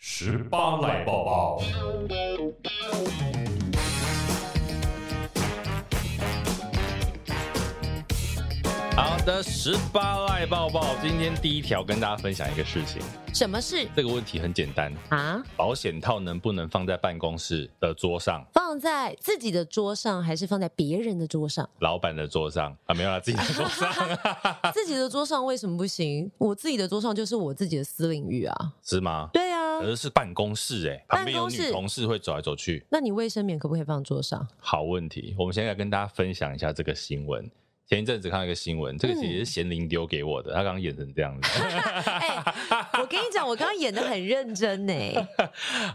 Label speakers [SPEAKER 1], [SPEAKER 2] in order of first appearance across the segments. [SPEAKER 1] 十八来抱抱。
[SPEAKER 2] 好的，十八赖抱抱，今天第一条跟大家分享一个事情。
[SPEAKER 3] 什么事
[SPEAKER 2] 这个问题很简单，
[SPEAKER 3] 啊？
[SPEAKER 2] 保险套能不能放在办公室的桌上、
[SPEAKER 3] 放在自己的桌上，还是放在别人的桌上？
[SPEAKER 2] 老板的桌上啊？没有啦，自己的桌上
[SPEAKER 3] 自己的桌上为什么不行？我自己的桌上就是我自己的私领域啊。
[SPEAKER 2] 是吗？
[SPEAKER 3] 对啊，
[SPEAKER 2] 可是是办公室哎、旁边有
[SPEAKER 3] 办公室
[SPEAKER 2] 女同事会走来走去。
[SPEAKER 3] 那你卫生棉可不可以放桌 上？
[SPEAKER 2] 好问题，我们现在来跟大家分享一下这个新闻。前一阵子看到一个新闻，这个其实是贤玲丢给我的，她刚刚演成这样子。
[SPEAKER 3] 哎、我跟你讲，我刚刚演的很认 真呢、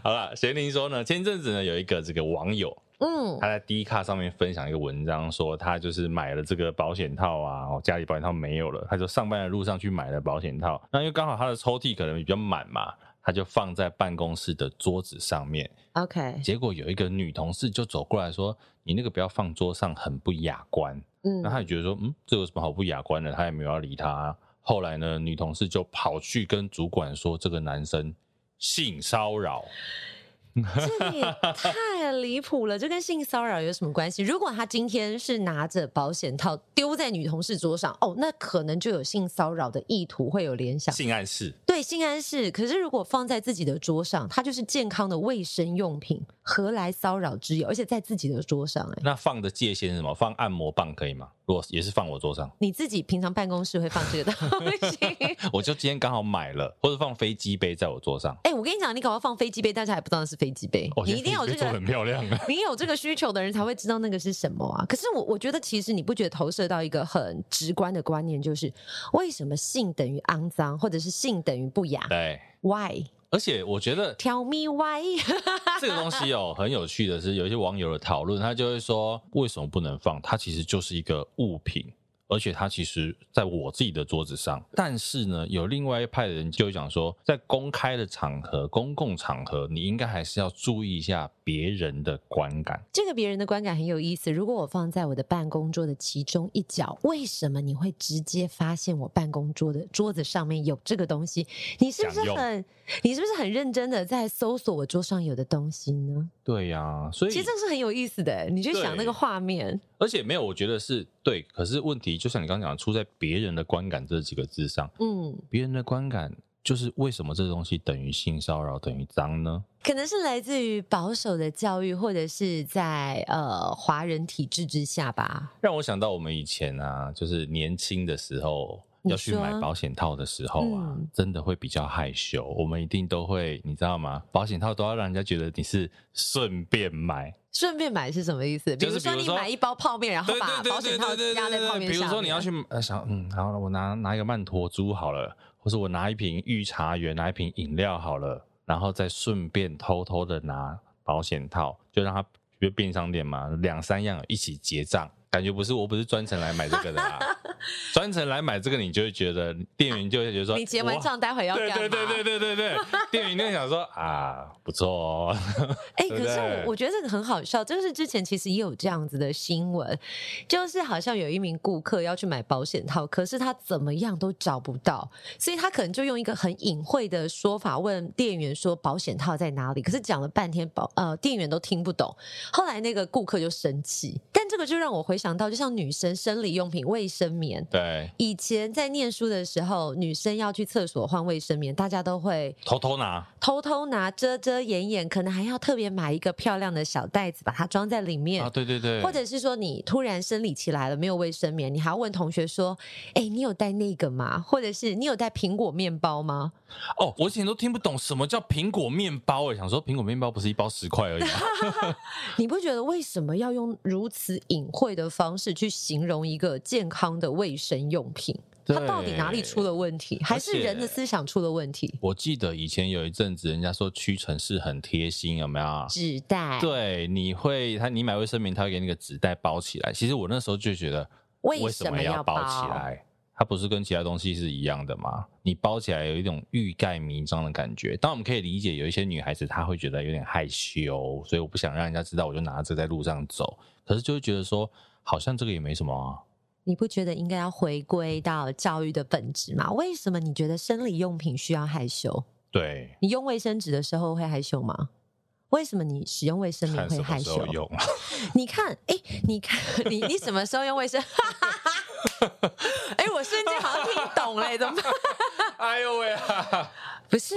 [SPEAKER 2] 好了，贤玲说呢，前一阵子呢有一个这个网友，
[SPEAKER 3] 嗯
[SPEAKER 2] 他在 D 卡上面分享一个文章，说他就是买了这个保险套啊，哦，家里保险套没有了，他就上班的路上去买了保险套，那因为刚好他的抽屉可能比较满嘛，他就放在办公室的桌子上面。
[SPEAKER 3] ，OK，
[SPEAKER 2] 结果有一个女同事就走过来说：“你那个不要放桌上，很不雅观。”
[SPEAKER 3] 嗯
[SPEAKER 2] 那他也觉得说，嗯，这有什么好不雅观的？他也没有要理他啊、后来呢，女同事就跑去跟主管说，这个男生性骚扰。
[SPEAKER 3] 这个也太离谱了，这跟性骚扰有什么关系？如果他今天是拿着保险套丢在女同事桌上，哦，那可能就有性骚扰的意图会有联想。
[SPEAKER 2] 性暗示，
[SPEAKER 3] 对，性暗示。可是如果放在自己的桌上，它就是健康的卫生用品，何来骚扰之有？而且在自己的桌上、哎，
[SPEAKER 2] 那放的界限是什么？放按摩棒可以吗？如果也是放我桌 上，
[SPEAKER 3] 你自己平常办公室会放这个东西？
[SPEAKER 2] 我就今天刚好买了，或者放飞机杯在我桌上。
[SPEAKER 3] 哎、我跟你讲，你搞到放飞机杯，大家还不知道那是飞机杯，
[SPEAKER 2] 哦
[SPEAKER 3] 你一定要有
[SPEAKER 2] 现
[SPEAKER 3] 这
[SPEAKER 2] 在飞机杯做得很漂
[SPEAKER 3] 个
[SPEAKER 2] 亮啊！
[SPEAKER 3] 你有这个需求的人才会知道那个是什么啊。可是我我觉得，其实你不觉得投射到一个很直观的观念，就是为什么性等于肮脏，或者是性等于不雅
[SPEAKER 2] 对，
[SPEAKER 3] ？Why?
[SPEAKER 2] 而且我觉得
[SPEAKER 3] Tell me why?
[SPEAKER 2] 这个东西哦，很有趣的是，有一些网友的讨论，他就会说，为什么不能放？它其实就是一个物品，而且它其实在我自己的桌子上。但是呢，有另外一派的人就会讲说，在公开的场合、公共场合，你应该还是要注意一下别人的观感。
[SPEAKER 3] 这个别人的观感很有意思。如果我放在我的办公桌的其中一角，为什么你会直接发现我办公桌的桌子上面有这个东西？你是不
[SPEAKER 2] 想
[SPEAKER 3] 是
[SPEAKER 2] 用
[SPEAKER 3] 很，你是不是很认真的在搜索我桌上有的东西呢？
[SPEAKER 2] 对呀、所以
[SPEAKER 3] 其实这个是很有意思的，你去想那
[SPEAKER 2] 对
[SPEAKER 3] 个画面。
[SPEAKER 2] 而且没有，我觉得是对。可是问题就像你刚刚讲的，出在别人的观感这几个字上，
[SPEAKER 3] 嗯，
[SPEAKER 2] 别人的观感就是为什么这东西等于性骚扰，等于脏呢？
[SPEAKER 3] 可能是来自于保守的教育，或者是在呃华人体制之下吧。
[SPEAKER 2] 让我想到我们以前啊，就是年轻的时候
[SPEAKER 3] 你
[SPEAKER 2] 要去买
[SPEAKER 3] 说
[SPEAKER 2] 保险套的时候啊，
[SPEAKER 3] 嗯
[SPEAKER 2] 真的会比较害羞。我们一定都会，你知道吗？保险套都要让人家觉得你是顺便买，
[SPEAKER 3] 顺便买是什么意思？
[SPEAKER 2] 就是比如
[SPEAKER 3] 比如
[SPEAKER 2] 说
[SPEAKER 3] 说你买一包泡面，然后把保险套压在泡面上面。
[SPEAKER 2] 比如说你要去呃想，嗯，好了，我拿拿一个曼陀珠好了，或是我拿一瓶御茶园，拿一瓶饮料好了，然后再顺便偷偷的拿保险套，就让他去便利商店嘛，两三样一起结账。感觉不是，我不是专程来买这个的、 啊，专程来买这个，你就会觉得店员就会觉得说，
[SPEAKER 3] 啊你结完
[SPEAKER 2] 哇
[SPEAKER 3] 账，待会要干
[SPEAKER 2] 对
[SPEAKER 3] 嘛？
[SPEAKER 2] 对对对对对对，店员就会想说啊，不错哦，
[SPEAKER 3] 哎、
[SPEAKER 2] 对
[SPEAKER 3] 可
[SPEAKER 2] 不
[SPEAKER 3] 是
[SPEAKER 2] 对
[SPEAKER 3] 我我觉得这个很好笑，就是之前其实也有这样子的新闻，就是好像有一名顾客要去买保险套，可是他怎么样都找不到，所以他可能就用一个很隐晦的说法问店员说保险套在哪里，可是讲了半天保呃店员都听不懂，后来那个顾客就生气，但这个就让我回想到，就像女生生理用品卫生棉。
[SPEAKER 2] 对，
[SPEAKER 3] 以前在念书的时候，女生要去厕所换卫生棉，大家都会
[SPEAKER 2] 偷偷拿，
[SPEAKER 3] 偷偷拿遮遮掩掩，可能还要特别买一个漂亮的小袋子，把它装在里面。
[SPEAKER 2] 啊，对对对，
[SPEAKER 3] 或者是说你突然生理期来了，没有卫生棉，你还要问同学说：“哎、你有带那个吗？或者是你有带苹果面包吗
[SPEAKER 2] 哦，我以前都听不懂什么叫苹果面包欸诶，想说苹果面包不是一包十块 而已吗？？”
[SPEAKER 3] 你不觉得为什么要用如此隐晦的方式去形容一个健康的卫生用品？它
[SPEAKER 2] 对
[SPEAKER 3] 到底哪里出了问题？还是人的思想出了问题？
[SPEAKER 2] 我记得以前有一阵子，人家说屈臣氏很贴心，有没有？
[SPEAKER 3] 纸袋、
[SPEAKER 2] 对，你会他你买卫生棉，他会给你个纸袋包起来。其实我那时候就觉得，为
[SPEAKER 3] 为
[SPEAKER 2] 什
[SPEAKER 3] 什
[SPEAKER 2] 么
[SPEAKER 3] 么
[SPEAKER 2] 要
[SPEAKER 3] 要
[SPEAKER 2] 包
[SPEAKER 3] 包
[SPEAKER 2] 起来？它不是跟其他东西是一样的吗？你包起来有一种欲盖弥彰的感觉。当然我们可以理解，有一些女孩子她会觉得有点害羞，所以我不想让人家知道，我就拿着在路上走。可是就会觉得说，好像这个也没什么啊。
[SPEAKER 3] 你不觉得应该要回归到教育的本质吗？为什么你觉得生理用品需要害羞？
[SPEAKER 2] 对，
[SPEAKER 3] 你用卫生纸的时候会害羞吗？为什么你使用卫生棉
[SPEAKER 2] 看
[SPEAKER 3] 会
[SPEAKER 2] 什
[SPEAKER 3] 害
[SPEAKER 2] 么时
[SPEAKER 3] 羞
[SPEAKER 2] 候？ 用。
[SPEAKER 3] 你看，哎、你看，你你什么时候用卫生？哎、我瞬间好像听懂了、怎么办？
[SPEAKER 2] 哎呦喂啊！
[SPEAKER 3] 不是，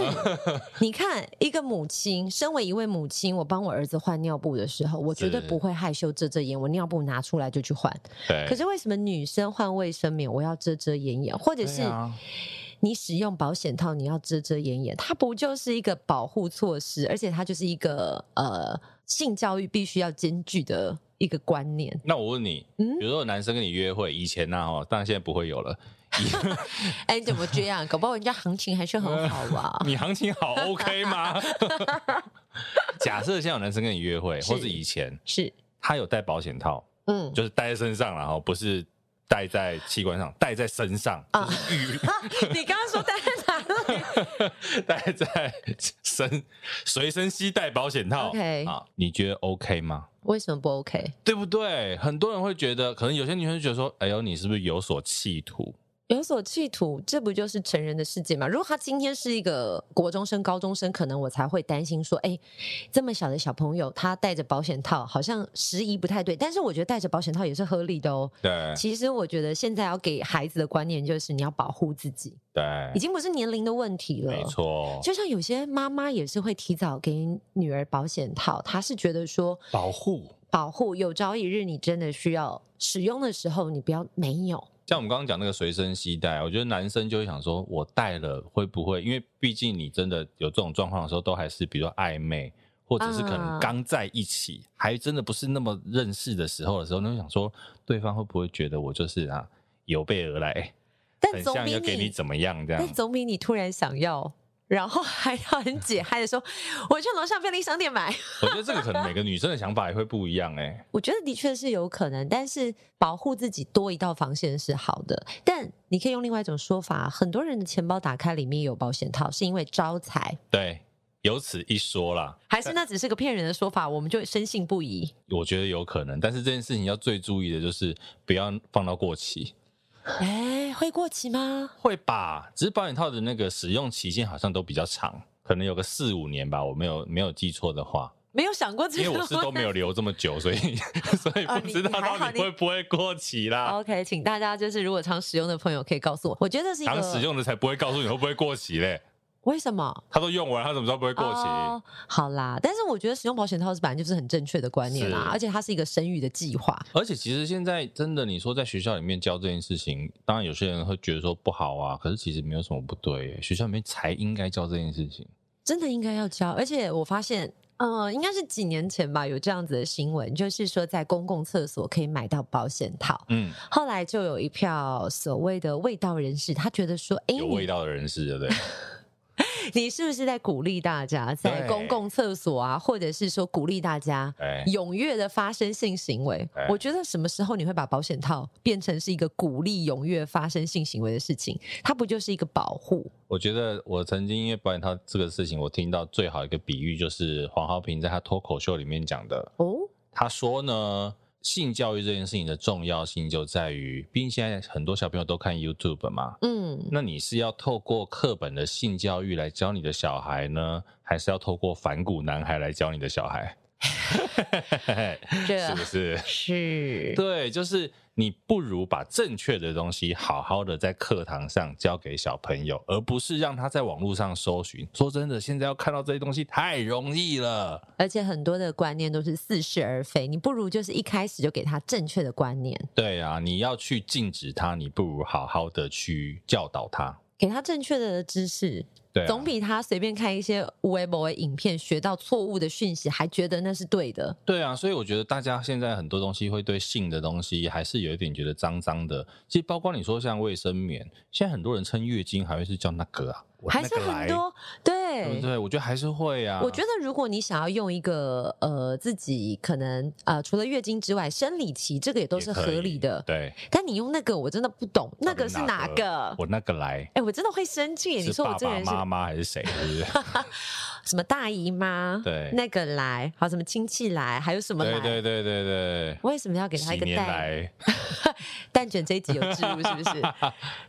[SPEAKER 3] 你看，一个母亲，身为一位母亲，我帮我儿子换尿布的时候，我绝对
[SPEAKER 2] 是
[SPEAKER 3] 不会害羞遮遮掩，我尿布拿出来就去换。
[SPEAKER 2] 对，
[SPEAKER 3] 可是为什么女生换卫生棉，我要遮遮掩掩，或者是
[SPEAKER 2] 对啊
[SPEAKER 3] 你使用保险套，你要遮遮掩掩，它不就是一个保护措施，而且它就是一个呃性教育必须要兼具的一个观念。
[SPEAKER 2] 那我问你，
[SPEAKER 3] 嗯
[SPEAKER 2] 比如说有男生跟你约会，以前那哦，当然现在不会有了。
[SPEAKER 3] 哎，你怎么这样？搞不好人家行情还是很好啊吧？
[SPEAKER 2] 你行情好 OK 吗？ 假设现在有男生跟你约会，
[SPEAKER 3] 是
[SPEAKER 2] 或是以前
[SPEAKER 3] 是，
[SPEAKER 2] 他有戴保险套，
[SPEAKER 3] 嗯，
[SPEAKER 2] 就是戴在身上然后不是戴在器官上，戴在身上，
[SPEAKER 3] 啊
[SPEAKER 2] 就是浴
[SPEAKER 3] 你刚刚说戴在哪里？
[SPEAKER 2] 戴在身随身携带保险套
[SPEAKER 3] OK
[SPEAKER 2] 啊，你觉得 OK 吗？
[SPEAKER 3] 为什么不 OK？
[SPEAKER 2] 对不对？很多人会觉得，可能有些女生觉得说，哎呦，你是不是有所企图？
[SPEAKER 3] 有所企图，这不就是成人的世界吗？如果他今天是一个国中生、高中生，可能我才会担心说，哎、这么小的小朋友，他戴着保险套，好像时宜不太对。但是我觉得戴着保险套也是合理的哦。
[SPEAKER 2] 对
[SPEAKER 3] 其实我觉得现在要给孩子的观念就是，你要保护自己，已
[SPEAKER 2] 对，
[SPEAKER 3] 经不是年龄的问题了。
[SPEAKER 2] 嗯没错，
[SPEAKER 3] 就像有些妈妈也是会提早给女儿保险套，她是觉得说
[SPEAKER 2] 保护。
[SPEAKER 3] 保护有朝一日你真的需要使用的时候，你不要没有。
[SPEAKER 2] 像我们刚刚讲那个随身携带，我觉得男生就会想说，我带了会不会？因为毕竟你真的有这种状况的时候，都还是比如说暧昧，或者是可
[SPEAKER 3] 嗯
[SPEAKER 2] 能刚在一起，还真的不是那么认识的时候的时候，你会想说，对方会不会觉得我就是啊有备而来，
[SPEAKER 3] 但
[SPEAKER 2] 很
[SPEAKER 3] 总
[SPEAKER 2] 像
[SPEAKER 3] 比
[SPEAKER 2] 要给你怎么样这样
[SPEAKER 3] 但？总比你突然想要，然后还要很解嗨的说， 我去楼上便利商店买。
[SPEAKER 2] 我觉得这个可能每个女生的想法也会不一样哎、
[SPEAKER 3] 我觉得的确是有可能，但是保护自己多一道防线是好的。但你可以用另外一种说法，很多人的钱包打开里面有保险套，是因为招财，
[SPEAKER 2] 对，有此一说啦。
[SPEAKER 3] 还是那只是个骗人的说法，我们就深信不疑。
[SPEAKER 2] 我觉得有可能，但是这件事情要最注意的就是不要放到过期。
[SPEAKER 3] 哎，会过期吗？
[SPEAKER 2] 会吧，只是保险套的那个使用期限好像都比较长，可能有个四五年吧，我没有没有记错的话，
[SPEAKER 3] 没有想过这
[SPEAKER 2] 因
[SPEAKER 3] 个
[SPEAKER 2] 为
[SPEAKER 3] 问题，
[SPEAKER 2] 我是都没有留这么久，所以 所以
[SPEAKER 3] 哦
[SPEAKER 2] 不
[SPEAKER 3] 你
[SPEAKER 2] 知道
[SPEAKER 3] 你还好
[SPEAKER 2] 到底
[SPEAKER 3] 你哦
[SPEAKER 2] 会不会过期啦。
[SPEAKER 3] OK，请大家就是如果常使用的朋友可以告诉我，我觉得这是一
[SPEAKER 2] 常
[SPEAKER 3] 个
[SPEAKER 2] 使用的才不会告诉你会不会过期嘞，
[SPEAKER 3] 为什么
[SPEAKER 2] 他都用完，他怎么知道不会过期？
[SPEAKER 3] 哦好啦，但是我觉得使用保险套是本来就是很正确的观念啦
[SPEAKER 2] 是，
[SPEAKER 3] 而且它是一个生育的计划。
[SPEAKER 2] 而且其实现在真的，你说在学校里面教这件事情，当然有些人会觉得说不好啊，可是其实没有什么不对耶，学校里面才应该教这件事情。
[SPEAKER 3] 真的应该要教。而且我发现，呃，应该是几年前吧，有这样子的新闻，就是说在公共厕所可以买到保险套。
[SPEAKER 2] 嗯，
[SPEAKER 3] 后来就有一票所谓的味道人士，他觉得说，哎、
[SPEAKER 2] 有味道的人士，对不对？
[SPEAKER 3] 你你是不是在鼓励大家在
[SPEAKER 2] 对
[SPEAKER 3] 公共厕所啊，或者是说鼓励大家
[SPEAKER 2] 哎，
[SPEAKER 3] 踊跃的发生性行为
[SPEAKER 2] 哎？
[SPEAKER 3] 我觉得什么时候你会把保险套变成是一个鼓励踊跃发生性行为的事情？它不就是一个保护？
[SPEAKER 2] 我觉得我曾经因为保险套这个事情，我听到最好一个比喻就是黄浩平在他脱口秀里面讲的。
[SPEAKER 3] 哦，
[SPEAKER 2] 他说呢，性教育这件事情的重要性就在于，毕竟现在很多小朋友都看 YouTube 嘛，
[SPEAKER 3] 嗯，
[SPEAKER 2] 那你是要透过课本的性教育来教你的小孩呢，还是要透过反骨男孩来教你的小孩？
[SPEAKER 3] 这
[SPEAKER 2] 是不是？
[SPEAKER 3] 是
[SPEAKER 2] 对，就是你不如把正确的东西好好的在课堂上教给小朋友，而不是让他在网络上搜寻。说真的，现在要看到这些东西太容易了。
[SPEAKER 3] 而且很多的观念都是似是而非，你不如就是一开始就给他正确的观念，
[SPEAKER 2] 对啊，你要去禁止他，你不如好好的去教导他。
[SPEAKER 3] 给他正确的知识，
[SPEAKER 2] 对、啊，
[SPEAKER 3] 总比他随便看一些无微博的影片学到错误的讯息，还觉得那是对的。
[SPEAKER 2] 对啊，所以我觉得大家现在很多东西会对性的东西还是有一点觉得脏脏的。其实包括你说像卫生棉，现在很多人称月经还会是叫那个啊，我
[SPEAKER 3] 还是
[SPEAKER 2] 那个来嗯
[SPEAKER 3] 很，多对
[SPEAKER 2] 对不对？我觉得还是会啊。
[SPEAKER 3] 我觉得，如果你想要用一个呃自己可能呃除了月经之外生理期，这个也都是
[SPEAKER 2] 也可以
[SPEAKER 3] 合理的。
[SPEAKER 2] 对。
[SPEAKER 3] 但你用那个，我真的不懂，那个是哪
[SPEAKER 2] 哪个
[SPEAKER 3] 个？
[SPEAKER 2] 我那个来
[SPEAKER 3] 哎、我真的会生气。你
[SPEAKER 2] 是
[SPEAKER 3] 说我
[SPEAKER 2] 爸
[SPEAKER 3] 这个
[SPEAKER 2] 爸
[SPEAKER 3] 人是
[SPEAKER 2] 妈妈还是谁？是不是
[SPEAKER 3] 什么大姨妈？
[SPEAKER 2] 对
[SPEAKER 3] 那个来，好什么亲戚来，还有什么来？
[SPEAKER 2] 对对对对对。
[SPEAKER 3] 为什么要给他一
[SPEAKER 2] 几
[SPEAKER 3] 个
[SPEAKER 2] 年
[SPEAKER 3] 带？
[SPEAKER 2] 来，
[SPEAKER 3] 蛋卷这一集有植入是不 是？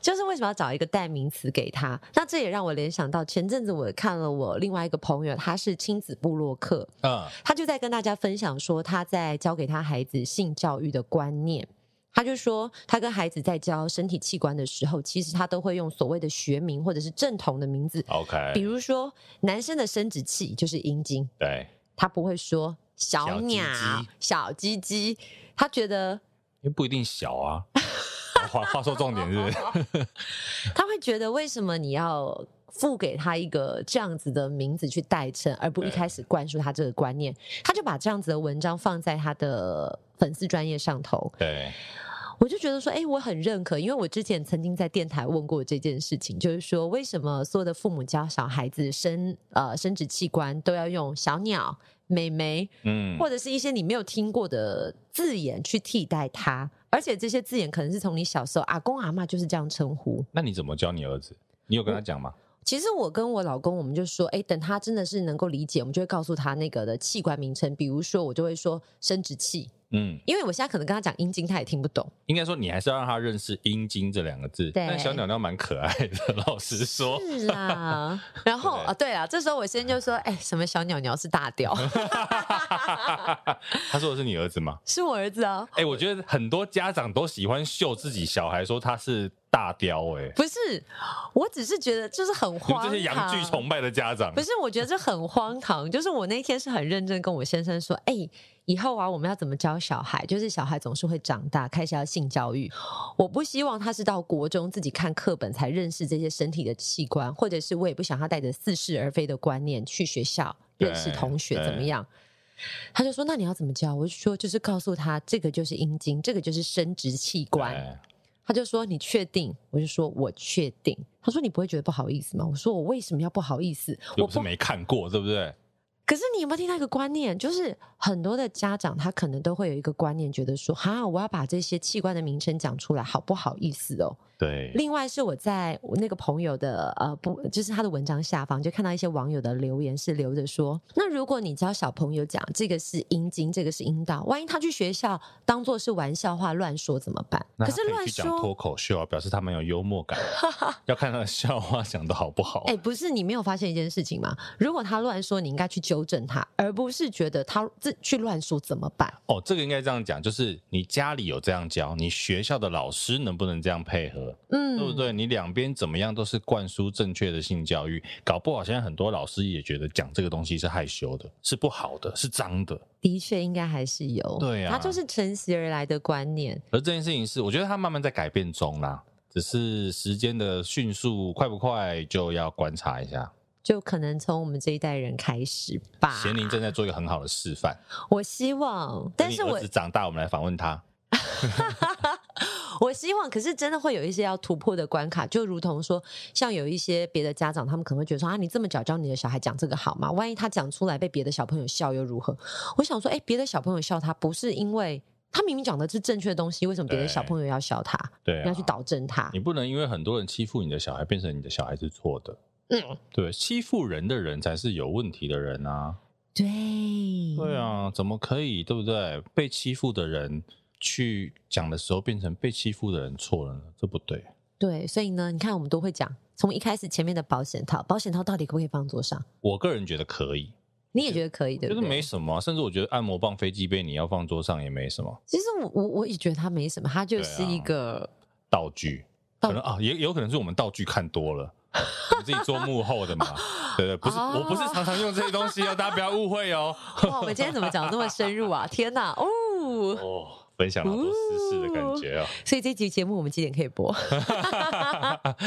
[SPEAKER 3] 就是为什么要找一个代名词给他？那这也让我联想到前阵子我看了我另外一个朋友，他是亲子部落客，
[SPEAKER 2] 嗯
[SPEAKER 3] 他就在跟大家分享说他在教给他孩子性教育的观念。他就说，他跟孩子在教身体器官的时候，其实他都会用所谓的学名或者是正统的名字，比
[SPEAKER 2] ，OK，
[SPEAKER 3] 如说男生的生殖器就是阴茎，
[SPEAKER 2] 对，
[SPEAKER 3] 他不会说小
[SPEAKER 2] 小鸡鸡
[SPEAKER 3] 鸟、小鸡鸡，他觉得
[SPEAKER 2] 因为不一定小 啊。话话说重点是不是，
[SPEAKER 3] 他会觉得为什么你要付给他一个这样子的名字去代称，而不一
[SPEAKER 2] 对
[SPEAKER 3] 开始灌输他这个观念？他就把这样子的文章放在他的粉丝专业上头，
[SPEAKER 2] 对，
[SPEAKER 3] 我就觉得说，哎、我很认可，因为我之前曾经在电台问过这件事情，就是说为什么所有的父母教小孩子生呃生殖器官都要用小鸟、美眉
[SPEAKER 2] 嗯，
[SPEAKER 3] 或者是一些你没有听过的字眼去替代它，而且这些字眼可能是从你小时候阿公阿嬷就是这样称呼。
[SPEAKER 2] 那你怎么教你儿子？你有跟他讲吗？
[SPEAKER 3] 其实我跟我老公，我们就说，哎，等他真的是能够理解，我们就会告诉他那个的器官名称，比如说我就会说生殖器，
[SPEAKER 2] 嗯，
[SPEAKER 3] 因为我现在可能跟他讲阴茎，他也听不懂。
[SPEAKER 2] 应该说你还是要让他认识“阴茎”这两个字。
[SPEAKER 3] 对
[SPEAKER 2] 但小鸟鸟蛮可爱的， 老实说，
[SPEAKER 3] 是啦，然后
[SPEAKER 2] 对
[SPEAKER 3] 啊，对啊，这时候我先就说，哎，什么小鸟鸟是大屌，
[SPEAKER 2] 他说的是你儿子吗？
[SPEAKER 3] 是我儿子啊，
[SPEAKER 2] 哎、我觉得很多家长都喜欢秀自己小孩，说他是大雕、哎，
[SPEAKER 3] 不是，我只是觉得就是很
[SPEAKER 2] 你们
[SPEAKER 3] 荒
[SPEAKER 2] 这
[SPEAKER 3] 唐。
[SPEAKER 2] 些洋剧崇拜的家长
[SPEAKER 3] 不，是，我觉得这很荒唐。就是我那天是很认真跟我先生说，哎、以后啊，我们要怎么教小孩？就是小孩总是会长大，开始要性教育。我不希望他是到国中自己看课本才认识这些身体的器官，或者是我也不想他带着似是而非的观念去学校认识同学
[SPEAKER 2] 对
[SPEAKER 3] 怎么样。他就说：“那你要怎么教？”我就说：“就是告诉他，这个就是阴茎，这个就是生殖器官。”
[SPEAKER 2] 哎
[SPEAKER 3] 他就说：“你确定？”我就说：“我确定。”他说：“你不会觉得不好意思吗？”我说：“我为什么要不好意思？
[SPEAKER 2] 又
[SPEAKER 3] 我
[SPEAKER 2] 不是
[SPEAKER 3] 不
[SPEAKER 2] 没看过，对不对？
[SPEAKER 3] 可是你有没有听到一个观念？就是很多的家长他可能都会有一个观念，觉得说哈，我要把这些器官的名称讲出来，好不好意思哦？
[SPEAKER 2] 对，
[SPEAKER 3] 另外是我在我那个朋友的呃不，就是他的文章下方就看到一些网友的留言是留着说，那如果你教小朋友讲这个是阴茎，这个是阴道，万一他去学校当做是玩笑话乱说怎么办？
[SPEAKER 2] 那
[SPEAKER 3] 可
[SPEAKER 2] 他
[SPEAKER 3] 是
[SPEAKER 2] 可以
[SPEAKER 3] 乱
[SPEAKER 2] 去讲脱
[SPEAKER 3] 说。
[SPEAKER 2] 口秀啊，表示他们有幽默 感，要看他的笑话讲的好不好。
[SPEAKER 3] 哎、不是你没有发现一件事情吗？如果他乱说，你应该去纠正他，而不是觉得他自去乱说怎么办？
[SPEAKER 2] 哦，这个应该这样讲，就是你家里有这样教，你学校的老师能不能这样配合，
[SPEAKER 3] 嗯，
[SPEAKER 2] 对不对？你两边怎么样都是灌输正确的性教育，搞不好现在很多老师也觉得讲这个东西是害羞的，是不好的，是脏的。
[SPEAKER 3] 的确应该还是有，
[SPEAKER 2] 对啊
[SPEAKER 3] 它就是承袭而来的观念。
[SPEAKER 2] 而这件事情是，我觉得它慢慢在改变中啦，只是时间的迅速快不快就要观察一下。
[SPEAKER 3] 就可能从我们这一代人开始吧。
[SPEAKER 2] 贤玲正在做一个很好的示范，
[SPEAKER 3] 我希望，但是
[SPEAKER 2] 等你
[SPEAKER 3] 我
[SPEAKER 2] 儿子长大，我们来访问他。
[SPEAKER 3] 我希望，可是真的会有一些要突破的关卡，就如同说，像有一些别的家长，他们可能会觉得说啊，你这么早教你的小孩讲这个好吗？万一他讲出来被别的小朋友笑又如何？我想说，哎、别的小朋友笑他，不是因为他明明讲的是正确的东西，为什么别的
[SPEAKER 2] 对
[SPEAKER 3] 小朋友要笑他？
[SPEAKER 2] 对、啊，
[SPEAKER 3] 要去导正他？
[SPEAKER 2] 你不能因为很多人欺负你的小孩，变成你的小孩是错的。
[SPEAKER 3] 嗯，
[SPEAKER 2] 对，欺负人的人才是有问题的人啊。
[SPEAKER 3] 对，
[SPEAKER 2] 对，
[SPEAKER 3] 嗯
[SPEAKER 2] 啊，怎么可以对不对？被欺负的人去讲的时候，变成被欺负的人错了呢？这不对。
[SPEAKER 3] 对，所以呢，你看我们都会讲，从一开始前面的保险套，保险套到底可不可以放桌上？
[SPEAKER 2] 我个人觉得可以，
[SPEAKER 3] 你也觉得可以，对
[SPEAKER 2] 觉得
[SPEAKER 3] 不对？
[SPEAKER 2] 没什么啊、甚至我觉得按摩棒、飞机杯你要放桌上也没什么
[SPEAKER 3] 其实我我我也觉得它没什么，它就是
[SPEAKER 2] 啊
[SPEAKER 3] 一 个、
[SPEAKER 2] 道具，
[SPEAKER 3] 道
[SPEAKER 2] 可能啊，也也有可能是我们道具看多了。我们自己做幕后的嘛，对对，不是，
[SPEAKER 3] 哦
[SPEAKER 2] 我不是常常用这些东西哦，大家不要误会哦。
[SPEAKER 3] 哇！我们今天怎么讲得那么深入啊？天哪！哦，
[SPEAKER 2] 哦，分享了好多私事的感觉哦。
[SPEAKER 3] 所以这集节目我们几点可以播？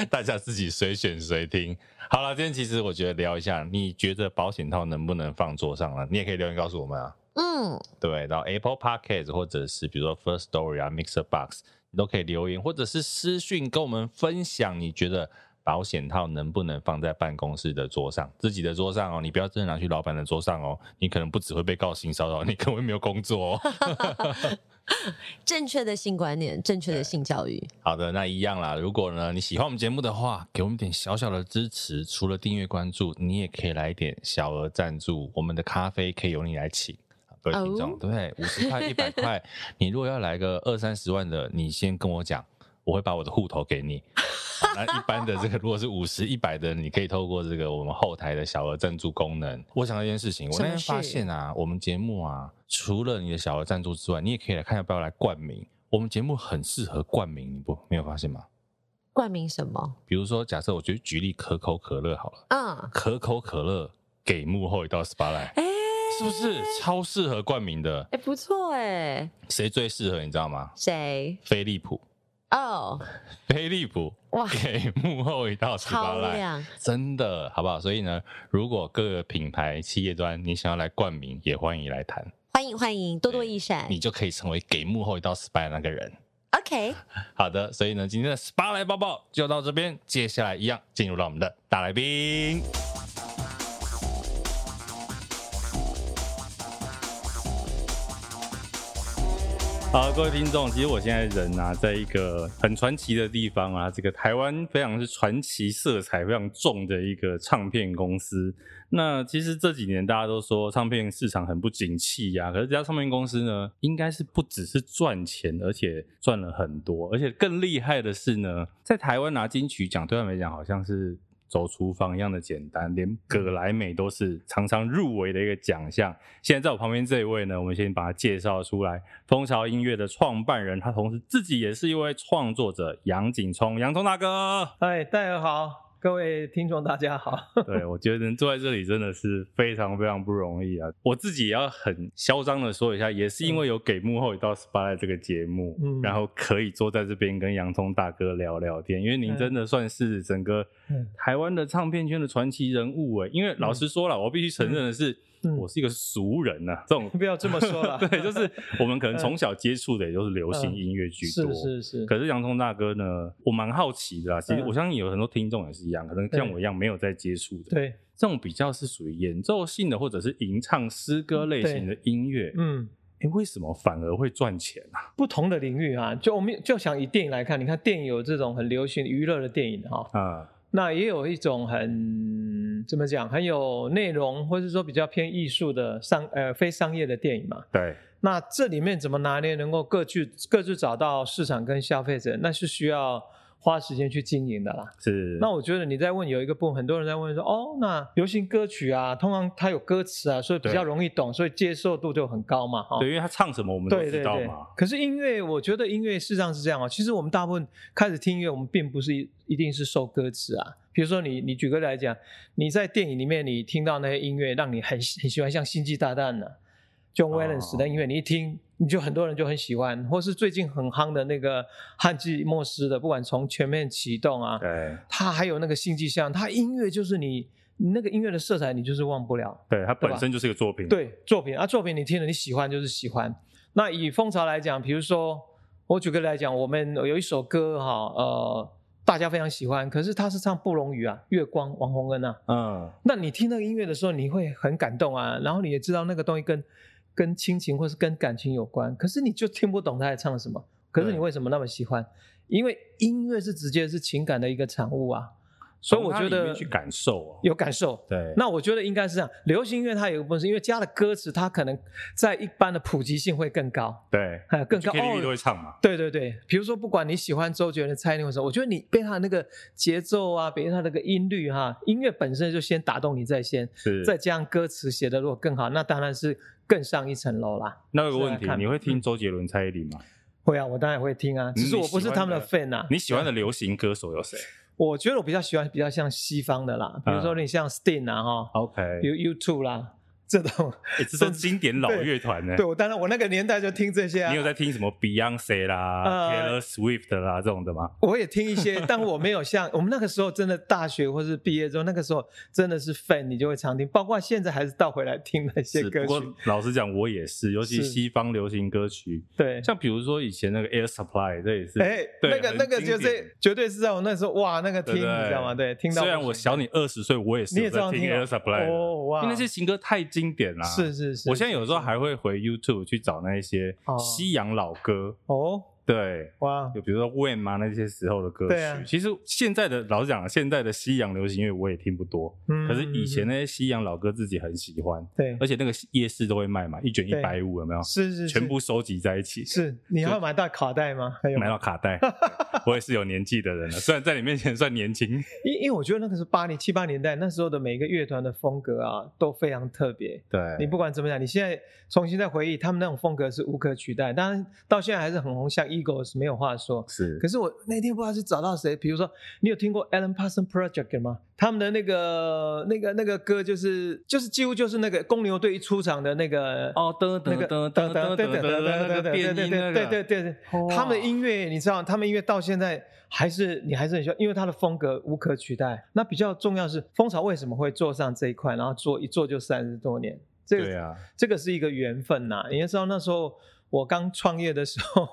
[SPEAKER 2] 大家自己随选随听。好了，今天其实我觉得聊一下，你觉得保险套能不能放桌上了？你也可以留言告诉我们啊。
[SPEAKER 3] 嗯，
[SPEAKER 2] 对，到 Apple Podcast 或者是比如说 First Story 啊、Mixer Box，你都可以留言，或者是私讯跟我们分享，你觉得保险套能不能放在办公室的桌上、自己的桌上哦？你不要真的拿去老板的桌上哦，你可能不只会被告性骚扰，你可能会没有工作、哦。
[SPEAKER 3] 正确的性观念，正确的性教育，
[SPEAKER 2] 好的，那一样啦。如果呢你喜欢我们节目的话，给我们点小小的支持，除了订阅关注，你也可以来一点小额赞助，我们的咖啡可以由你来请。各位听众
[SPEAKER 3] 哦
[SPEAKER 2] 对，五十块、一百块，你如果要来个二三十万的，你先跟我讲，我会把我的户头给你。好那一般的这个，如果是五十、一百的，你可以透过这个我们后台的小额赞助功能。我想到一件事情，我
[SPEAKER 3] 什
[SPEAKER 2] 那
[SPEAKER 3] 么
[SPEAKER 2] 天发
[SPEAKER 3] 事
[SPEAKER 2] 现啊，我们节目啊，除了你的小额赞助之外，你也可以来看要不要来冠名。我们节目很适合冠名，你不没有发现吗？
[SPEAKER 3] 冠名什么？
[SPEAKER 2] 比如说，假设我觉得举例可口可乐好了，
[SPEAKER 3] 嗯，
[SPEAKER 2] 可口可乐给幕后一道 spotlight，
[SPEAKER 3] 哎、
[SPEAKER 2] 是不是超适合冠名的？
[SPEAKER 3] 哎、不错哎、
[SPEAKER 2] 谁最适合你知道吗？
[SPEAKER 3] 谁？
[SPEAKER 2] 飞利浦，
[SPEAKER 3] 哦，
[SPEAKER 2] 飞利浦
[SPEAKER 3] 哇，
[SPEAKER 2] 给幕后一道十八
[SPEAKER 3] 超
[SPEAKER 2] 来，
[SPEAKER 3] 亮！
[SPEAKER 2] 真的好不好？所以呢，如果各个品牌企业端你想要来冠名，也欢迎来谈，
[SPEAKER 3] 欢迎欢迎，多多益善。
[SPEAKER 2] 你就可以成为给幕后一道 spy 那个人。
[SPEAKER 3] OK，
[SPEAKER 2] 好的，所以呢，今天的 SPA 来抱抱就到这边，接下来一样进入到我们的大来宾。好，各位听众，其实我现在人啊，在一个很传奇的地方啊，这个台湾非常是传奇色彩非常重的一个唱片公司。那其实这几年大家都说唱片市场很不景气呀、可是这家唱片公司呢，应该是不只是赚钱，而且赚了很多，而且更厉害的是呢，在台湾拿金曲奖对他们来讲好像是走厨房一样的简单，连葛莱美都是常常入围的一个奖项。现在在我旁边这一位呢，我们先把他介绍出来，蜂巢音乐的创办人，他同时自己也是一位创作者，杨景聪，洋葱大哥。
[SPEAKER 4] 嗨，大家哎好，各位听众大家好。
[SPEAKER 2] 对，我觉得能坐在这里真的是非常非常不容易啊！我自己也要很嚣张的说一下，也是因为有给幕后一道 SPA 这个节目，
[SPEAKER 4] 嗯
[SPEAKER 2] 然后可以坐在这边跟洋葱大哥聊聊天，因为您
[SPEAKER 4] 嗯
[SPEAKER 2] 真的算是整个
[SPEAKER 4] 嗯
[SPEAKER 2] 台湾的唱片圈的传奇人物哎、因为老实说了，我必须承认的是，
[SPEAKER 4] 嗯
[SPEAKER 2] 我是一个俗人呐、 这种
[SPEAKER 4] 不要这么说 啦
[SPEAKER 2] 对， 就是我们可能从小接触的也都是流行
[SPEAKER 4] 嗯
[SPEAKER 2] 音乐居
[SPEAKER 4] 是
[SPEAKER 2] 多，
[SPEAKER 4] 是是，
[SPEAKER 2] 可是洋葱大哥呢，我蛮好奇的啊。其实
[SPEAKER 4] 嗯
[SPEAKER 2] 我相信有很多听众也是一样，可能像
[SPEAKER 4] 对
[SPEAKER 2] 我一样没有在接触的。，
[SPEAKER 4] 对，
[SPEAKER 2] 这种比较是属于演奏性的或者是吟唱诗歌类型的音乐，
[SPEAKER 4] 嗯，
[SPEAKER 2] 哎、为什么反而会赚钱啊？
[SPEAKER 4] 不同的领域啊，就我们就想以电影来看，你看电影有这种很流行娱乐的电影哈、
[SPEAKER 2] 啊、
[SPEAKER 4] 那也有一种很怎么讲，很有内容，或是说比较偏艺术的商呃非商业的电影嘛。
[SPEAKER 2] 对，
[SPEAKER 4] 那这里面怎么拿捏，能够各自各自找到市场跟消费者，那是需要花时间去经营的啦。
[SPEAKER 2] 是
[SPEAKER 4] 那我觉得你在问有一个部分，很多人在问说，哦，那流行歌曲啊，通常它有歌词啊，所以比较
[SPEAKER 2] 对
[SPEAKER 4] 容易懂，所以接受度就很高嘛，哈、
[SPEAKER 2] 对，因为他唱什么我们都
[SPEAKER 4] 对
[SPEAKER 2] 知
[SPEAKER 4] 对
[SPEAKER 2] 道
[SPEAKER 4] 对
[SPEAKER 2] 嘛。，
[SPEAKER 4] 可是音乐，我觉得音乐事实上是这样哦。其实我们大部分开始听音乐，我们并不是一一定是受歌词啊。比如说你，你举个例来讲，你在电影里面你听到那些音乐，让你很很喜欢，像《星际大战》呢、John
[SPEAKER 2] 哦
[SPEAKER 4] Williams 的音乐，你一听你就很多人就很喜欢，或是最近很夯的那个汉季莫斯的，不管从全面启动啊，
[SPEAKER 2] 对，
[SPEAKER 4] 它还有那个新迹象，它音乐就是你你那个音乐的色彩，你就是忘不了。
[SPEAKER 2] 对，它
[SPEAKER 4] 对
[SPEAKER 2] 本
[SPEAKER 4] 吧
[SPEAKER 2] 身就是一个作品。，
[SPEAKER 4] 对作品啊，作品你听了你喜欢就是喜欢。那以蜂巢来讲，比如说我举个例来讲，我们有一首歌哈，呃，大家非常喜欢，可是它是唱布隆语啊，《月光》王洪恩啊。
[SPEAKER 2] 嗯，
[SPEAKER 4] 那你听那个音乐的时候，你会很感动啊，然后你也知道那个东西跟跟亲情或是跟感情有关，可是你就听不懂他在唱什么。可是
[SPEAKER 2] 对
[SPEAKER 4] 你为什么那么喜欢？因为音乐是直接是情感的一个产物啊。所以我
[SPEAKER 2] 从它
[SPEAKER 4] 觉
[SPEAKER 2] 里面
[SPEAKER 4] 得
[SPEAKER 2] 去感受、哦。
[SPEAKER 4] 有感受。
[SPEAKER 2] 对，
[SPEAKER 4] 那我觉得应该是这样，流行音乐它有一部分是因为加了歌词，它可能在一般的普及性会更高，
[SPEAKER 2] 对
[SPEAKER 4] 哎，更
[SPEAKER 2] 去
[SPEAKER 4] 高。
[SPEAKER 2] KTV 都
[SPEAKER 4] 哦
[SPEAKER 2] 会唱嘛。
[SPEAKER 4] 对对对，比如说，不管你喜欢周杰伦、蔡依林或什么，我觉得你被他的那个节奏啊，被他的那个音律哈、音乐本身就先打动你在先，
[SPEAKER 2] 是。
[SPEAKER 4] 再加上歌词写的如果更好，那当然是更上一层楼啦。
[SPEAKER 2] 那有个问
[SPEAKER 4] 再
[SPEAKER 2] 题，
[SPEAKER 4] 来看嗯
[SPEAKER 2] 你会听周杰伦、蔡依林吗？
[SPEAKER 4] 会啊，我当然会听啊，只是我不是他们的 fan 啊。
[SPEAKER 2] 你喜欢的流行歌手有谁
[SPEAKER 4] 我觉得我比较喜欢比较像西方的
[SPEAKER 2] 啊
[SPEAKER 4] 啦，比如说你像 Sting 啊哈，
[SPEAKER 2] ？OK，
[SPEAKER 4] 比如 YouTube 啦这种，
[SPEAKER 2] 诶这都经典老乐团呢。
[SPEAKER 4] 对，我当然我那个年代就听这些啊。
[SPEAKER 2] 哎你有在听什么 Beyonce 啦、Taylor
[SPEAKER 4] 呃
[SPEAKER 2] Swift 啦这种的吗？
[SPEAKER 4] 我也听 一些，但我没有像我们那个时候真的大学或是毕业之后，那个时候真的是 fan，你就会常听，包括现在还是倒回来听那些
[SPEAKER 2] 是，
[SPEAKER 4] 歌
[SPEAKER 2] 不
[SPEAKER 4] 曲
[SPEAKER 2] 过。老实讲，我也是，尤其
[SPEAKER 4] 是
[SPEAKER 2] 西方流行歌曲，
[SPEAKER 4] 对，
[SPEAKER 2] 像比如说以前那个 Air Supply，这也是，
[SPEAKER 4] 哎，
[SPEAKER 2] 对
[SPEAKER 4] 那个
[SPEAKER 2] 很
[SPEAKER 4] 那个
[SPEAKER 2] 经
[SPEAKER 4] 就
[SPEAKER 2] 典
[SPEAKER 4] 是绝对是在我那时候哇，那个听
[SPEAKER 2] 对
[SPEAKER 4] 你
[SPEAKER 2] 不对
[SPEAKER 4] 知道吗？对，听到
[SPEAKER 2] 虽然我小
[SPEAKER 4] 你，
[SPEAKER 2] 你二十岁，我也是
[SPEAKER 4] 你
[SPEAKER 2] 有
[SPEAKER 4] 也这
[SPEAKER 2] 在
[SPEAKER 4] 样
[SPEAKER 2] 听
[SPEAKER 4] 听
[SPEAKER 2] Air
[SPEAKER 4] 哦
[SPEAKER 2] Supply 的啊
[SPEAKER 4] 哦
[SPEAKER 2] 因
[SPEAKER 4] 哇，
[SPEAKER 2] 为那些情歌太经典啦。
[SPEAKER 4] 是是是，
[SPEAKER 2] 我现在有时候还会回 YouTube 去找那一些
[SPEAKER 4] 哦
[SPEAKER 2] 西洋老歌，
[SPEAKER 4] 哦，
[SPEAKER 2] 对，
[SPEAKER 4] 哇，
[SPEAKER 2] 有比如说 When 嘛那些时候的歌曲，
[SPEAKER 4] 对啊
[SPEAKER 2] 其实现在的老实讲，啊现在的西洋流行乐我也听不多，
[SPEAKER 4] 嗯
[SPEAKER 2] 可是以前那些西洋老歌自己很喜欢，
[SPEAKER 4] 对，
[SPEAKER 2] 而且那个夜市都会卖嘛，一卷一百五有没有？
[SPEAKER 4] 是是
[SPEAKER 2] 全部收集在一起，
[SPEAKER 4] 是，是你还有买到卡带吗？还有吗
[SPEAKER 2] 买到卡 带。我也是有年纪的人了，虽然在你面前算年 轻，
[SPEAKER 4] 因因为我觉得那个是八零七八年代那时候的每个乐团的风格啊都非常特别。
[SPEAKER 2] 对
[SPEAKER 4] 你不管怎么讲，你现在重新再回忆，他们那种风格是无可取代。当然到现在还是很红，像 Eagles 没有话说。
[SPEAKER 2] 是
[SPEAKER 4] 可是我那天不知道是找到谁，比如说你有听过 Alan Parsons Project 吗？他们的那个那个那个歌就是就是几乎就是那个公牛队一出场的那个
[SPEAKER 2] 哦，噔
[SPEAKER 4] 那
[SPEAKER 2] 噔
[SPEAKER 4] 个
[SPEAKER 2] 噔
[SPEAKER 4] 等
[SPEAKER 2] 噔
[SPEAKER 4] 等
[SPEAKER 2] 噔
[SPEAKER 4] 等等
[SPEAKER 2] 噔
[SPEAKER 4] 等
[SPEAKER 2] 噔那个变音那个，
[SPEAKER 4] 对对对对，他们的音乐你知道，他们音乐到现在还是你还是很喜欢，因为它的风格无可取代。那比较重要是蜂巢为什么会做上这一块，然后做一做就三十多年，这
[SPEAKER 2] 对
[SPEAKER 4] 个
[SPEAKER 2] 啊，
[SPEAKER 4] 这个是一个缘分呐。你也知道那时候。我刚创业的时候，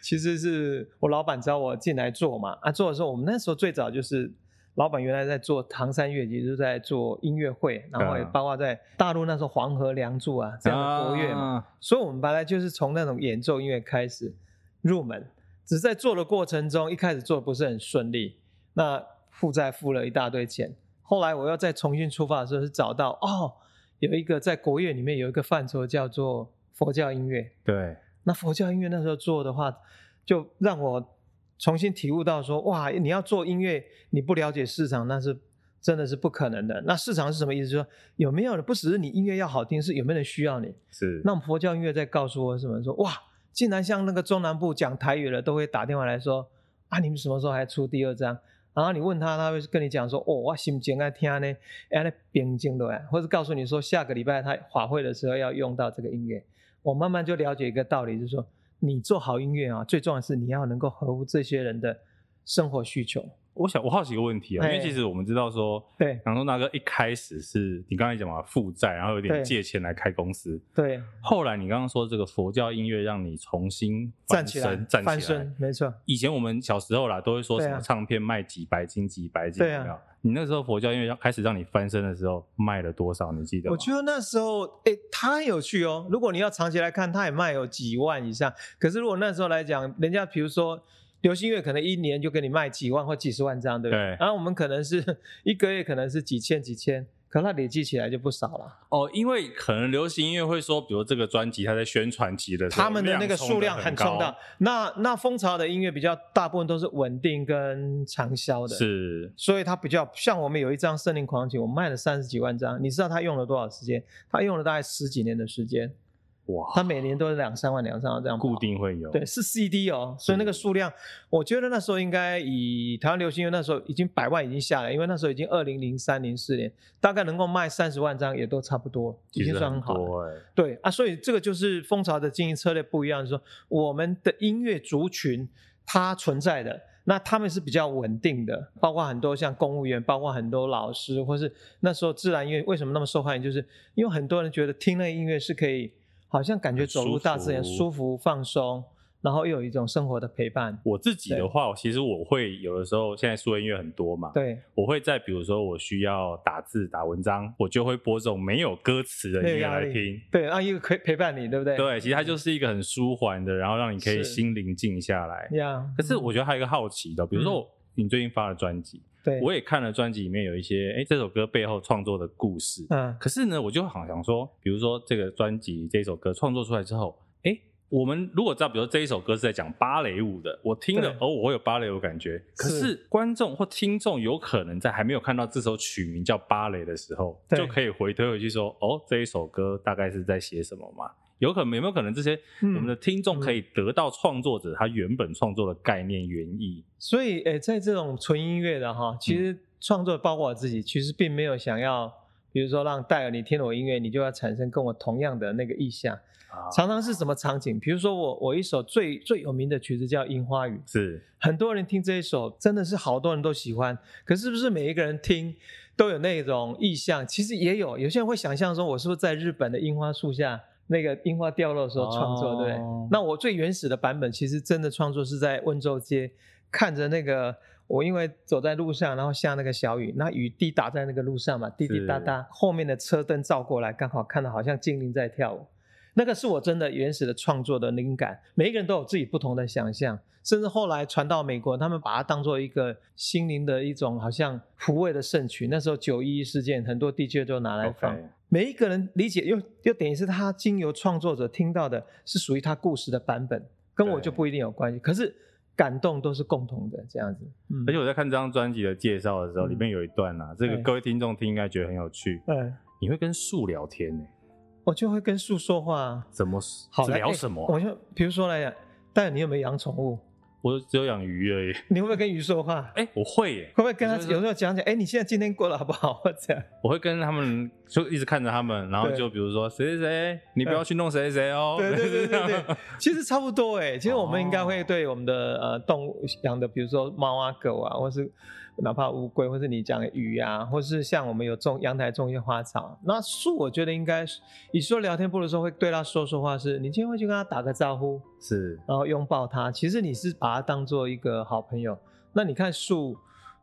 [SPEAKER 4] 其实是我老板找我进来做嘛，啊，做的时候我们那时候最早就是老板原来在做唐山乐集，就是在做音乐会，然后也
[SPEAKER 2] 啊
[SPEAKER 4] 包括在大陆那时候黄河梁祝啊这样的国乐嘛，
[SPEAKER 2] 嘛，
[SPEAKER 4] 所以我们本来就是从那种演奏音乐开始入门，只是在做的过程中，一开始做的不是很顺利，那负债付了一大堆钱。后来我又再重新出发的时候，是找到哦，有一个在国乐里面有一个范畴叫做佛教音乐。
[SPEAKER 2] 对，
[SPEAKER 4] 那佛教音乐那时候做的话，就让我重新体悟到说，哇，你要做音乐，你不了解市场，那是真的是不可能的。那市场是什么意思？就是说有没有人不只是你音乐要好听，是有没有人需要你。
[SPEAKER 2] 是
[SPEAKER 4] 那我们佛教音乐在告诉我什么？说哇，竟然像那个中南部讲台语的都会打电话来说啊，你们什么时候还出第二张？然后你问他，他会跟你讲说，哦，我心情爱听呢，哎，啊那平静的，或者告诉你说，哦下个礼拜他法会的时候要用到这个音乐。我慢慢就了解一个道理，就是说，你做好音乐啊，最重要的是你要能够合乎这些人的生活需求。
[SPEAKER 2] 我想我好奇一个问题啊，因为
[SPEAKER 4] 哎
[SPEAKER 2] 其实我们知道说，
[SPEAKER 4] 对
[SPEAKER 2] 杨宗大哥一开始是你刚才讲嘛负债，然后有点
[SPEAKER 4] 对
[SPEAKER 2] 借钱来开公司，
[SPEAKER 4] 对，
[SPEAKER 2] 后来你刚刚说这个佛教音乐让你重新
[SPEAKER 4] 站
[SPEAKER 2] 翻
[SPEAKER 4] 起来
[SPEAKER 2] 身，站
[SPEAKER 4] 翻
[SPEAKER 2] 起来
[SPEAKER 4] 身，。没错。
[SPEAKER 2] 以前我们小时候啦，都会说什
[SPEAKER 4] 对
[SPEAKER 2] 么
[SPEAKER 4] 啊
[SPEAKER 2] 唱片卖几百斤、几百斤，
[SPEAKER 4] 对啊
[SPEAKER 2] 有没有？你那时候佛教音乐要开始让你翻身的时候，卖了多少？你记得吗？
[SPEAKER 4] 我觉得那时候，哎、它很有趣哦。如果你要长期来看，它也卖有几万以上。可是如果那时候来讲，人家比如说流行乐，可能一年就给你卖几万或几十万张，对不
[SPEAKER 2] 对
[SPEAKER 4] 然后我们可能是 一个月可能是几千几千，可它累积起来就不少了。
[SPEAKER 2] 哦，因为可能流行音乐会说，比如这个专辑它在宣传期的时候，
[SPEAKER 4] 他们的那个数量很
[SPEAKER 2] 很
[SPEAKER 4] 冲
[SPEAKER 2] 高
[SPEAKER 4] 的，那那蜂巢的音乐比较大部分都是稳定跟长销的，，
[SPEAKER 2] 是
[SPEAKER 4] 所以它比较像我们有一张《森林狂犬》，我卖了三十几万张，你知道它用了多少时间？它用了大概十几年的时间。
[SPEAKER 2] 哇，
[SPEAKER 4] 它每年都是两三万、两三万这样跑
[SPEAKER 2] 固。定会有
[SPEAKER 4] 对，是 CD 哦，所以那个数量，我觉得那时候应该以台湾流行乐那时候已经百万已经下来，因为那时候已经二零零三零四年，大概能够卖三十万张也都差不多，已
[SPEAKER 2] 其
[SPEAKER 4] 经
[SPEAKER 2] 实
[SPEAKER 4] 算
[SPEAKER 2] 很
[SPEAKER 4] 好了。
[SPEAKER 2] 多哎、
[SPEAKER 4] 对啊，所以这个就是蜂巢的经营策略不一样，就是说我们的音乐族群它存在的，那他们是比较稳定的，包括很多像公务员，包括很多老师，或是那时候自然音乐为什么那么受欢迎，就是因为很多人觉得听那个音乐是可以，好像感觉走入大自然，
[SPEAKER 2] 很舒服
[SPEAKER 4] 舒服放松，然后又有一种生活的陪伴。
[SPEAKER 2] 我自己的话，其实我会有的时候，现在数位音乐很多嘛，
[SPEAKER 4] 对，
[SPEAKER 2] 我会在比如说我需要打字打文章，我就会播这种没有歌词的
[SPEAKER 4] 没有
[SPEAKER 2] 音乐
[SPEAKER 4] 压
[SPEAKER 2] 来
[SPEAKER 4] 力
[SPEAKER 2] 听。
[SPEAKER 4] 对，然后又可以陪伴你，对不对？
[SPEAKER 2] 对，其实它就是一个很舒缓的，然后让你可以
[SPEAKER 4] 是嗯
[SPEAKER 2] 心灵静下来。
[SPEAKER 4] 呀。
[SPEAKER 2] 可是我觉得还有一个好奇的，比如说我你最近发了专辑，
[SPEAKER 4] 嗯对，
[SPEAKER 2] 我也看了专辑里面有一些，哎，这首歌背后创作的故事。
[SPEAKER 4] 嗯，
[SPEAKER 2] 可是呢，我就好想说，比如说这个专辑这首歌创作出来之后，哎，我们如果知道，比如说这一首歌是在讲芭蕾舞的，我听了
[SPEAKER 4] 对
[SPEAKER 2] 哦，我会有芭蕾舞感觉。可
[SPEAKER 4] 是
[SPEAKER 2] 是观众或听众有可能在还没有看到这首曲名叫芭蕾的时候，
[SPEAKER 4] 对
[SPEAKER 2] 就可以回推回去说，哦，这一首歌大概是在写什么嘛？有可能有没有可能这些我
[SPEAKER 4] 嗯
[SPEAKER 2] 们的听众可以得到创作者他原本创作的概念原意？
[SPEAKER 4] 所以，诶，在这种纯音乐的哈，
[SPEAKER 2] 嗯
[SPEAKER 4] 其实创作包括我自己，其实并没有想要，比如说让戴尔你听了我音乐，你就要产生跟我同样的那个意向。
[SPEAKER 2] 啊
[SPEAKER 4] 常常是什么场景？比如说我我一首最最有名的曲子叫《樱花雨》，
[SPEAKER 2] 是
[SPEAKER 4] 很多人听这一首，真的是好多人都喜欢。可是不是每一个人听都有那种意向？其实也有，有些人会想象说，我是不是在日本的樱花树下那个樱花掉落的时候创作，对不对
[SPEAKER 2] 哦？
[SPEAKER 4] 那我最原始的版本，其实真的创作是在温州街，看着那个我因为走在路上，然后下那个小雨，那雨滴打在那个路上嘛，滴滴答答，后面的车灯照过来，刚好看到好像精灵在跳舞。那个是我真的原始的创作的灵感。每一个人都有自己不同的想象，甚至后来传到美国，他们把它当做一个心灵的一种好像抚慰的圣曲。那时候九一一事件，很多 DJ 都拿来放。
[SPEAKER 5] OK
[SPEAKER 4] 每一个人理解又又等于是他经由创作者听到的是属于他故事的版本，跟我
[SPEAKER 2] 对
[SPEAKER 4] 就不一定有关系。可是感动都是共同的这样子。嗯
[SPEAKER 2] 而且我在看这张专辑的介绍的时候，
[SPEAKER 4] 嗯
[SPEAKER 2] 里面有一段啊，这个
[SPEAKER 4] 对
[SPEAKER 2] 各位听众听应该觉得很有趣。
[SPEAKER 4] 嗯，
[SPEAKER 2] 你会跟树聊天呢、
[SPEAKER 4] 我就会跟树说话。啊
[SPEAKER 2] 怎么
[SPEAKER 4] 好来
[SPEAKER 2] 聊
[SPEAKER 4] 哎
[SPEAKER 2] 什么啊、
[SPEAKER 4] 我就比如说来讲，但你有没有养宠物？
[SPEAKER 2] 我只有养鱼而已。
[SPEAKER 4] 你会不会跟鱼说话？
[SPEAKER 2] 哎、我会耶、
[SPEAKER 4] 会不会跟他
[SPEAKER 2] 我就是
[SPEAKER 4] 有时候讲讲？哎，你现在今天过得好不好？或者
[SPEAKER 2] 我会跟他们就一直看着他们，然后
[SPEAKER 4] 对
[SPEAKER 2] 就比如说谁谁谁，你不要去弄谁谁谁哦。
[SPEAKER 4] 对对对对
[SPEAKER 2] 这
[SPEAKER 4] 对
[SPEAKER 2] 样，
[SPEAKER 4] 其实差不多哎。其实我们应该
[SPEAKER 2] 哦
[SPEAKER 4] 会对我们的呃动物养的，比如说猫啊、狗啊，或是哪怕乌龟，或是你讲的鱼啊，或是像我们有种阳台种一些花草。那树，我觉得应该是，你说聊天部的时候会对它说说话是，你今天会去跟它打个招呼，
[SPEAKER 2] 是
[SPEAKER 4] 然后拥抱它。其实你是把它当做一个好朋友。那你看树，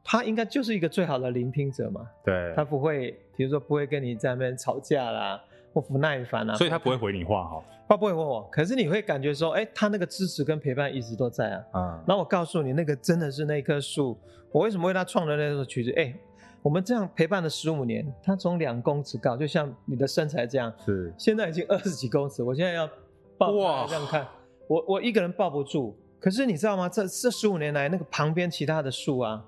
[SPEAKER 4] 它应该就是一个最好的聆听者嘛，
[SPEAKER 2] 对
[SPEAKER 4] 它，不会，比如说不会跟你在那边吵架啦，或不耐烦啊。
[SPEAKER 2] 所以他不会回你话 哈、
[SPEAKER 4] 他不会问我，可是你会感觉说，哎，他那个支持跟陪伴一直都在啊。
[SPEAKER 2] 哦。嗯，
[SPEAKER 4] 那我告诉你，那个真的是那棵树，我为什么为他创了那首曲子？哎，我们这样陪伴了十五年，他从两公尺高，就像你的身材这样，
[SPEAKER 2] 是
[SPEAKER 4] 现在已经二十几公尺，我现在要抱
[SPEAKER 2] 哇
[SPEAKER 4] 哇，这样看，我我一个人抱不住。可是你知道吗？这这十五年来，那个旁边其他的树啊，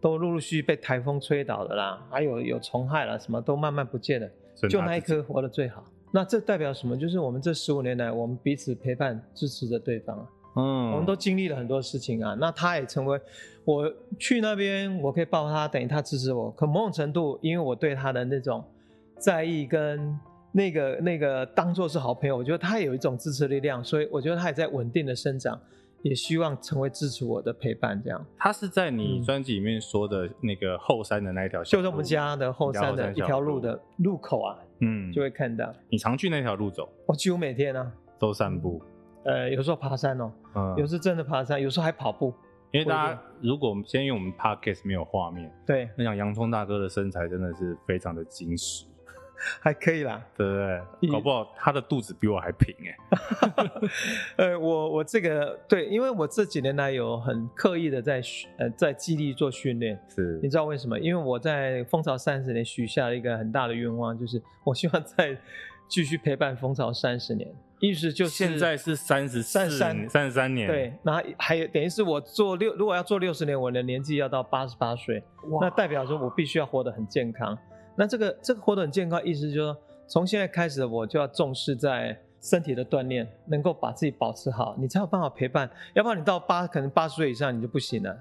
[SPEAKER 4] 都陆陆续续被台风吹倒了啦，还有有虫害了，什么都慢慢不见了，
[SPEAKER 2] 剩
[SPEAKER 4] 就
[SPEAKER 2] 他
[SPEAKER 4] 那一
[SPEAKER 2] 自己
[SPEAKER 4] 棵活得最好。那这代表什么？就是我们这十五年来，我们彼此陪伴、支持着对方啊。
[SPEAKER 2] 嗯，
[SPEAKER 4] 我们都经历了很多事情啊。那他也成为我去那边，我可以抱他，等于他支持我。可某种程度，因为我对他的那种在意跟那个那个当做是好朋友，我觉得他有一种支持力量，所以我觉得他也在稳定的生长，也希望成为支持我的陪伴。这样，
[SPEAKER 2] 他是在你
[SPEAKER 4] 嗯
[SPEAKER 2] 专辑里面说的那个后山的那一条小
[SPEAKER 4] 就
[SPEAKER 2] 路，
[SPEAKER 4] 在我们家的后山的一条路的路口啊，
[SPEAKER 2] 嗯，
[SPEAKER 4] 就会看到。
[SPEAKER 2] 你常去那条路走，
[SPEAKER 4] 我几乎每天啊，
[SPEAKER 2] 都散步，
[SPEAKER 4] 呃，有时候爬山哦，
[SPEAKER 2] 嗯，
[SPEAKER 4] 有时候真的爬山，有时候还跑步。
[SPEAKER 2] 因为大家如果我们先因为我们 podcast 没有画面，
[SPEAKER 4] 对，
[SPEAKER 2] 那讲洋葱大哥的身材真的是非常的精实，
[SPEAKER 4] 还可以啦。
[SPEAKER 2] 对不对？
[SPEAKER 4] 嗯
[SPEAKER 2] 搞不好他的肚子比我还平哎、
[SPEAKER 4] 呃，我我这个对，因为我这几年来有很刻意的在训呃在基地做训练，
[SPEAKER 2] 是
[SPEAKER 4] 你知道为什么？因为我在蜂巢三十年许下了一个很大的愿望，就是我希望再继续陪伴蜂巢三十年，意思就是
[SPEAKER 2] 现在是三十
[SPEAKER 4] 三三
[SPEAKER 2] 三十三年，
[SPEAKER 4] 对，然后还有等于是我做六，如果要做六十年，我的年纪要到八十八岁，那代表说我必须要活得很健康。那这个这个活得很健康，意思就是说，从现在开始我就要重视在身体的锻炼，能够把自己保持好，你才有办法陪伴。要不然你到八可能八十岁以上你就不行了，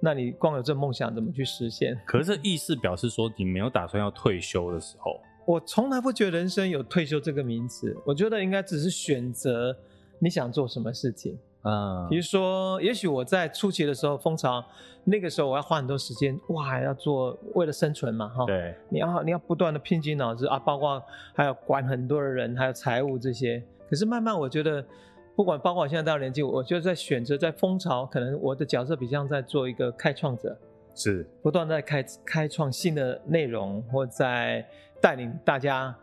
[SPEAKER 4] 那你光有这梦想怎么去实现？
[SPEAKER 2] 可是这意思表示说你没有打算要退休的时候，
[SPEAKER 4] 我从来不觉得人生有退休这个名词，我觉得应该只是选择你想做什么事情。
[SPEAKER 2] 嗯
[SPEAKER 4] 比如说，也许我在初期的时候，蜂巢那个时候我要花很多时间，哇，要做为了生存嘛，哈，
[SPEAKER 2] 对，
[SPEAKER 4] 你要你要不断的拼尽脑汁啊，包括还有管很多的人，还有财务这些。可是慢慢我觉得，不管包括我现在到年纪，我就在选择在蜂巢，可能我的角色比较像在做一个开创者，
[SPEAKER 2] 是
[SPEAKER 4] 不断地在开开创新的内容，或在带领大家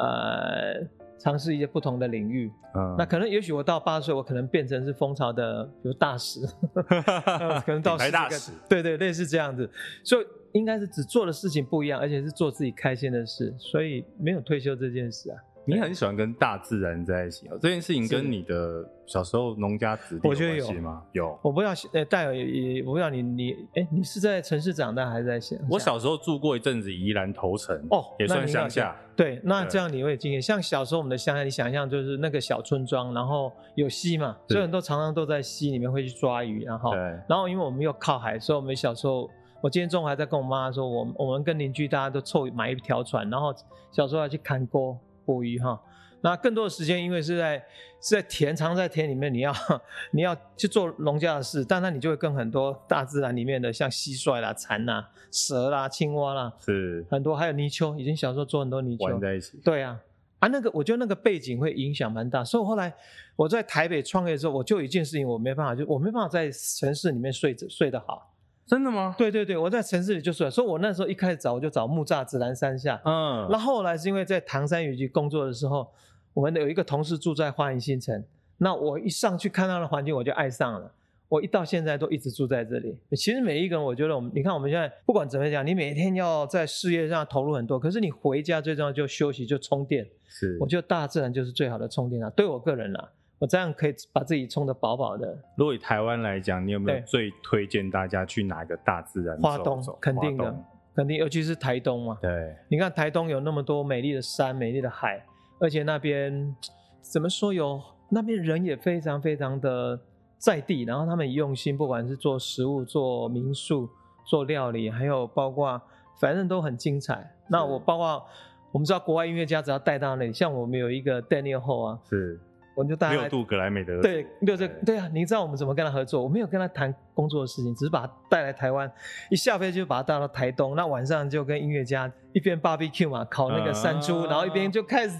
[SPEAKER 4] 呃尝试一些不同的领域。
[SPEAKER 2] 嗯，
[SPEAKER 4] 那可能也许我到八岁，我可能变成是蜂巢的，比如大使，呃 可能到
[SPEAKER 2] 品牌
[SPEAKER 4] 十几
[SPEAKER 2] 大
[SPEAKER 4] 个
[SPEAKER 2] 使
[SPEAKER 4] 对对，类似这样子，所以应该是只做的事情不一样，而且是做自己开心的事，所以没有退休这件事啊。
[SPEAKER 2] 你很喜欢跟大自然在一起哦，这件事情跟
[SPEAKER 4] 是
[SPEAKER 2] 你的小时候农家子弟
[SPEAKER 4] 我觉得
[SPEAKER 2] 关
[SPEAKER 4] 有
[SPEAKER 2] 系吗？有。
[SPEAKER 4] 我不知道，呃，戴尔也，我不知道你你，哎、你是在城市长大还是在乡下？
[SPEAKER 2] 我小时候住过一阵子宜兰头城，
[SPEAKER 4] 哦
[SPEAKER 2] 也
[SPEAKER 4] 那
[SPEAKER 2] 算
[SPEAKER 4] 你应该
[SPEAKER 2] 乡
[SPEAKER 4] 有
[SPEAKER 2] 下，
[SPEAKER 4] 对，那
[SPEAKER 2] 对
[SPEAKER 4] 这样你会有经验。像小时候我们的乡下，你想象就是那个小村庄，然后有溪嘛，
[SPEAKER 2] 是
[SPEAKER 4] 所以很多常常都在溪里面会去抓鱼，然后
[SPEAKER 2] 对，
[SPEAKER 4] 然后因为我们又靠海，所以我们小时候，我今天中午还在跟我妈说，我我们跟邻居大家都凑买一条船，然后小时候要去砍钩捕鱼哈。那更多的时间，因为是在是在田，常在田里面，你要 你要去做农家的事，但那你就会跟很多大自然里面的像蟋蟀啦、蝉啦、蛇啦、青蛙啦，
[SPEAKER 2] 是
[SPEAKER 4] 很多还有泥鳅，已经小时候做很多泥
[SPEAKER 2] 玩
[SPEAKER 4] 鳅。
[SPEAKER 2] 在一起。
[SPEAKER 4] 对啊，啊，那个我觉得那个背景会影响蛮大，所以我后来我在台北创业的时候，我就有一件事情我没办法，就我没办法在城市里面睡着睡得好。
[SPEAKER 2] 真的吗？，
[SPEAKER 4] 对对对，我在城市里就睡，所以我那时候一开始找我就找木栅紫兰山下，
[SPEAKER 2] 嗯
[SPEAKER 4] 那、，后来是因为在唐山雨季工作的时候，我们有一个同事住在花园新城，那我一上去看到的环境，我就爱上了。我一到现在都一直住在这里。其实每一个人，我觉得我们，你看我们现在不管怎么讲，你每天要在事业上投入很多，可是你回家最重要就休息，就充电。
[SPEAKER 2] 是
[SPEAKER 4] 我觉得大自然就是最好的充电啊。对我个人啦、我这样可以把自己充得饱饱的。
[SPEAKER 2] 如果以台湾来讲，你有没有
[SPEAKER 4] 对
[SPEAKER 2] 最推荐大家去哪个大自然
[SPEAKER 4] 花
[SPEAKER 2] 走
[SPEAKER 4] 东
[SPEAKER 2] 走
[SPEAKER 4] 肯定的
[SPEAKER 2] 花东
[SPEAKER 4] 肯定，尤其是台东嘛，
[SPEAKER 2] 对，
[SPEAKER 4] 你看台东有那么多美丽的山、美丽的海，而且那边怎么说有那边人也非常非常的在地，然后他们用心，不管是做食物、做民宿、做料理，还有包括反正都很精彩。那我包括我们知道国外音乐家只要带到那里，像我们有一个 Daniel Ho 啊，
[SPEAKER 2] 是
[SPEAKER 4] 我们就带他
[SPEAKER 2] 六
[SPEAKER 4] 来
[SPEAKER 2] 度格莱美的
[SPEAKER 4] 对，六
[SPEAKER 2] 哎
[SPEAKER 4] 这对啊，你知道我们怎么跟他合作？我没有跟他谈工作的事情，只是把他带来台湾，一下飞机就把他带到台东，那晚上就跟音乐家一边 barbecue 嘛，烤那个山猪，
[SPEAKER 2] 啊
[SPEAKER 4] 然后一边就开始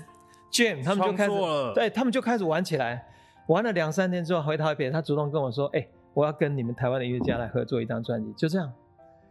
[SPEAKER 4] jam，他们就开始
[SPEAKER 2] 创作了
[SPEAKER 4] 对他们就开始玩起来，玩了两三天之后回台北，他主动跟我说：“哎、我要跟你们台湾的音乐家来合作一张专辑。”就这样，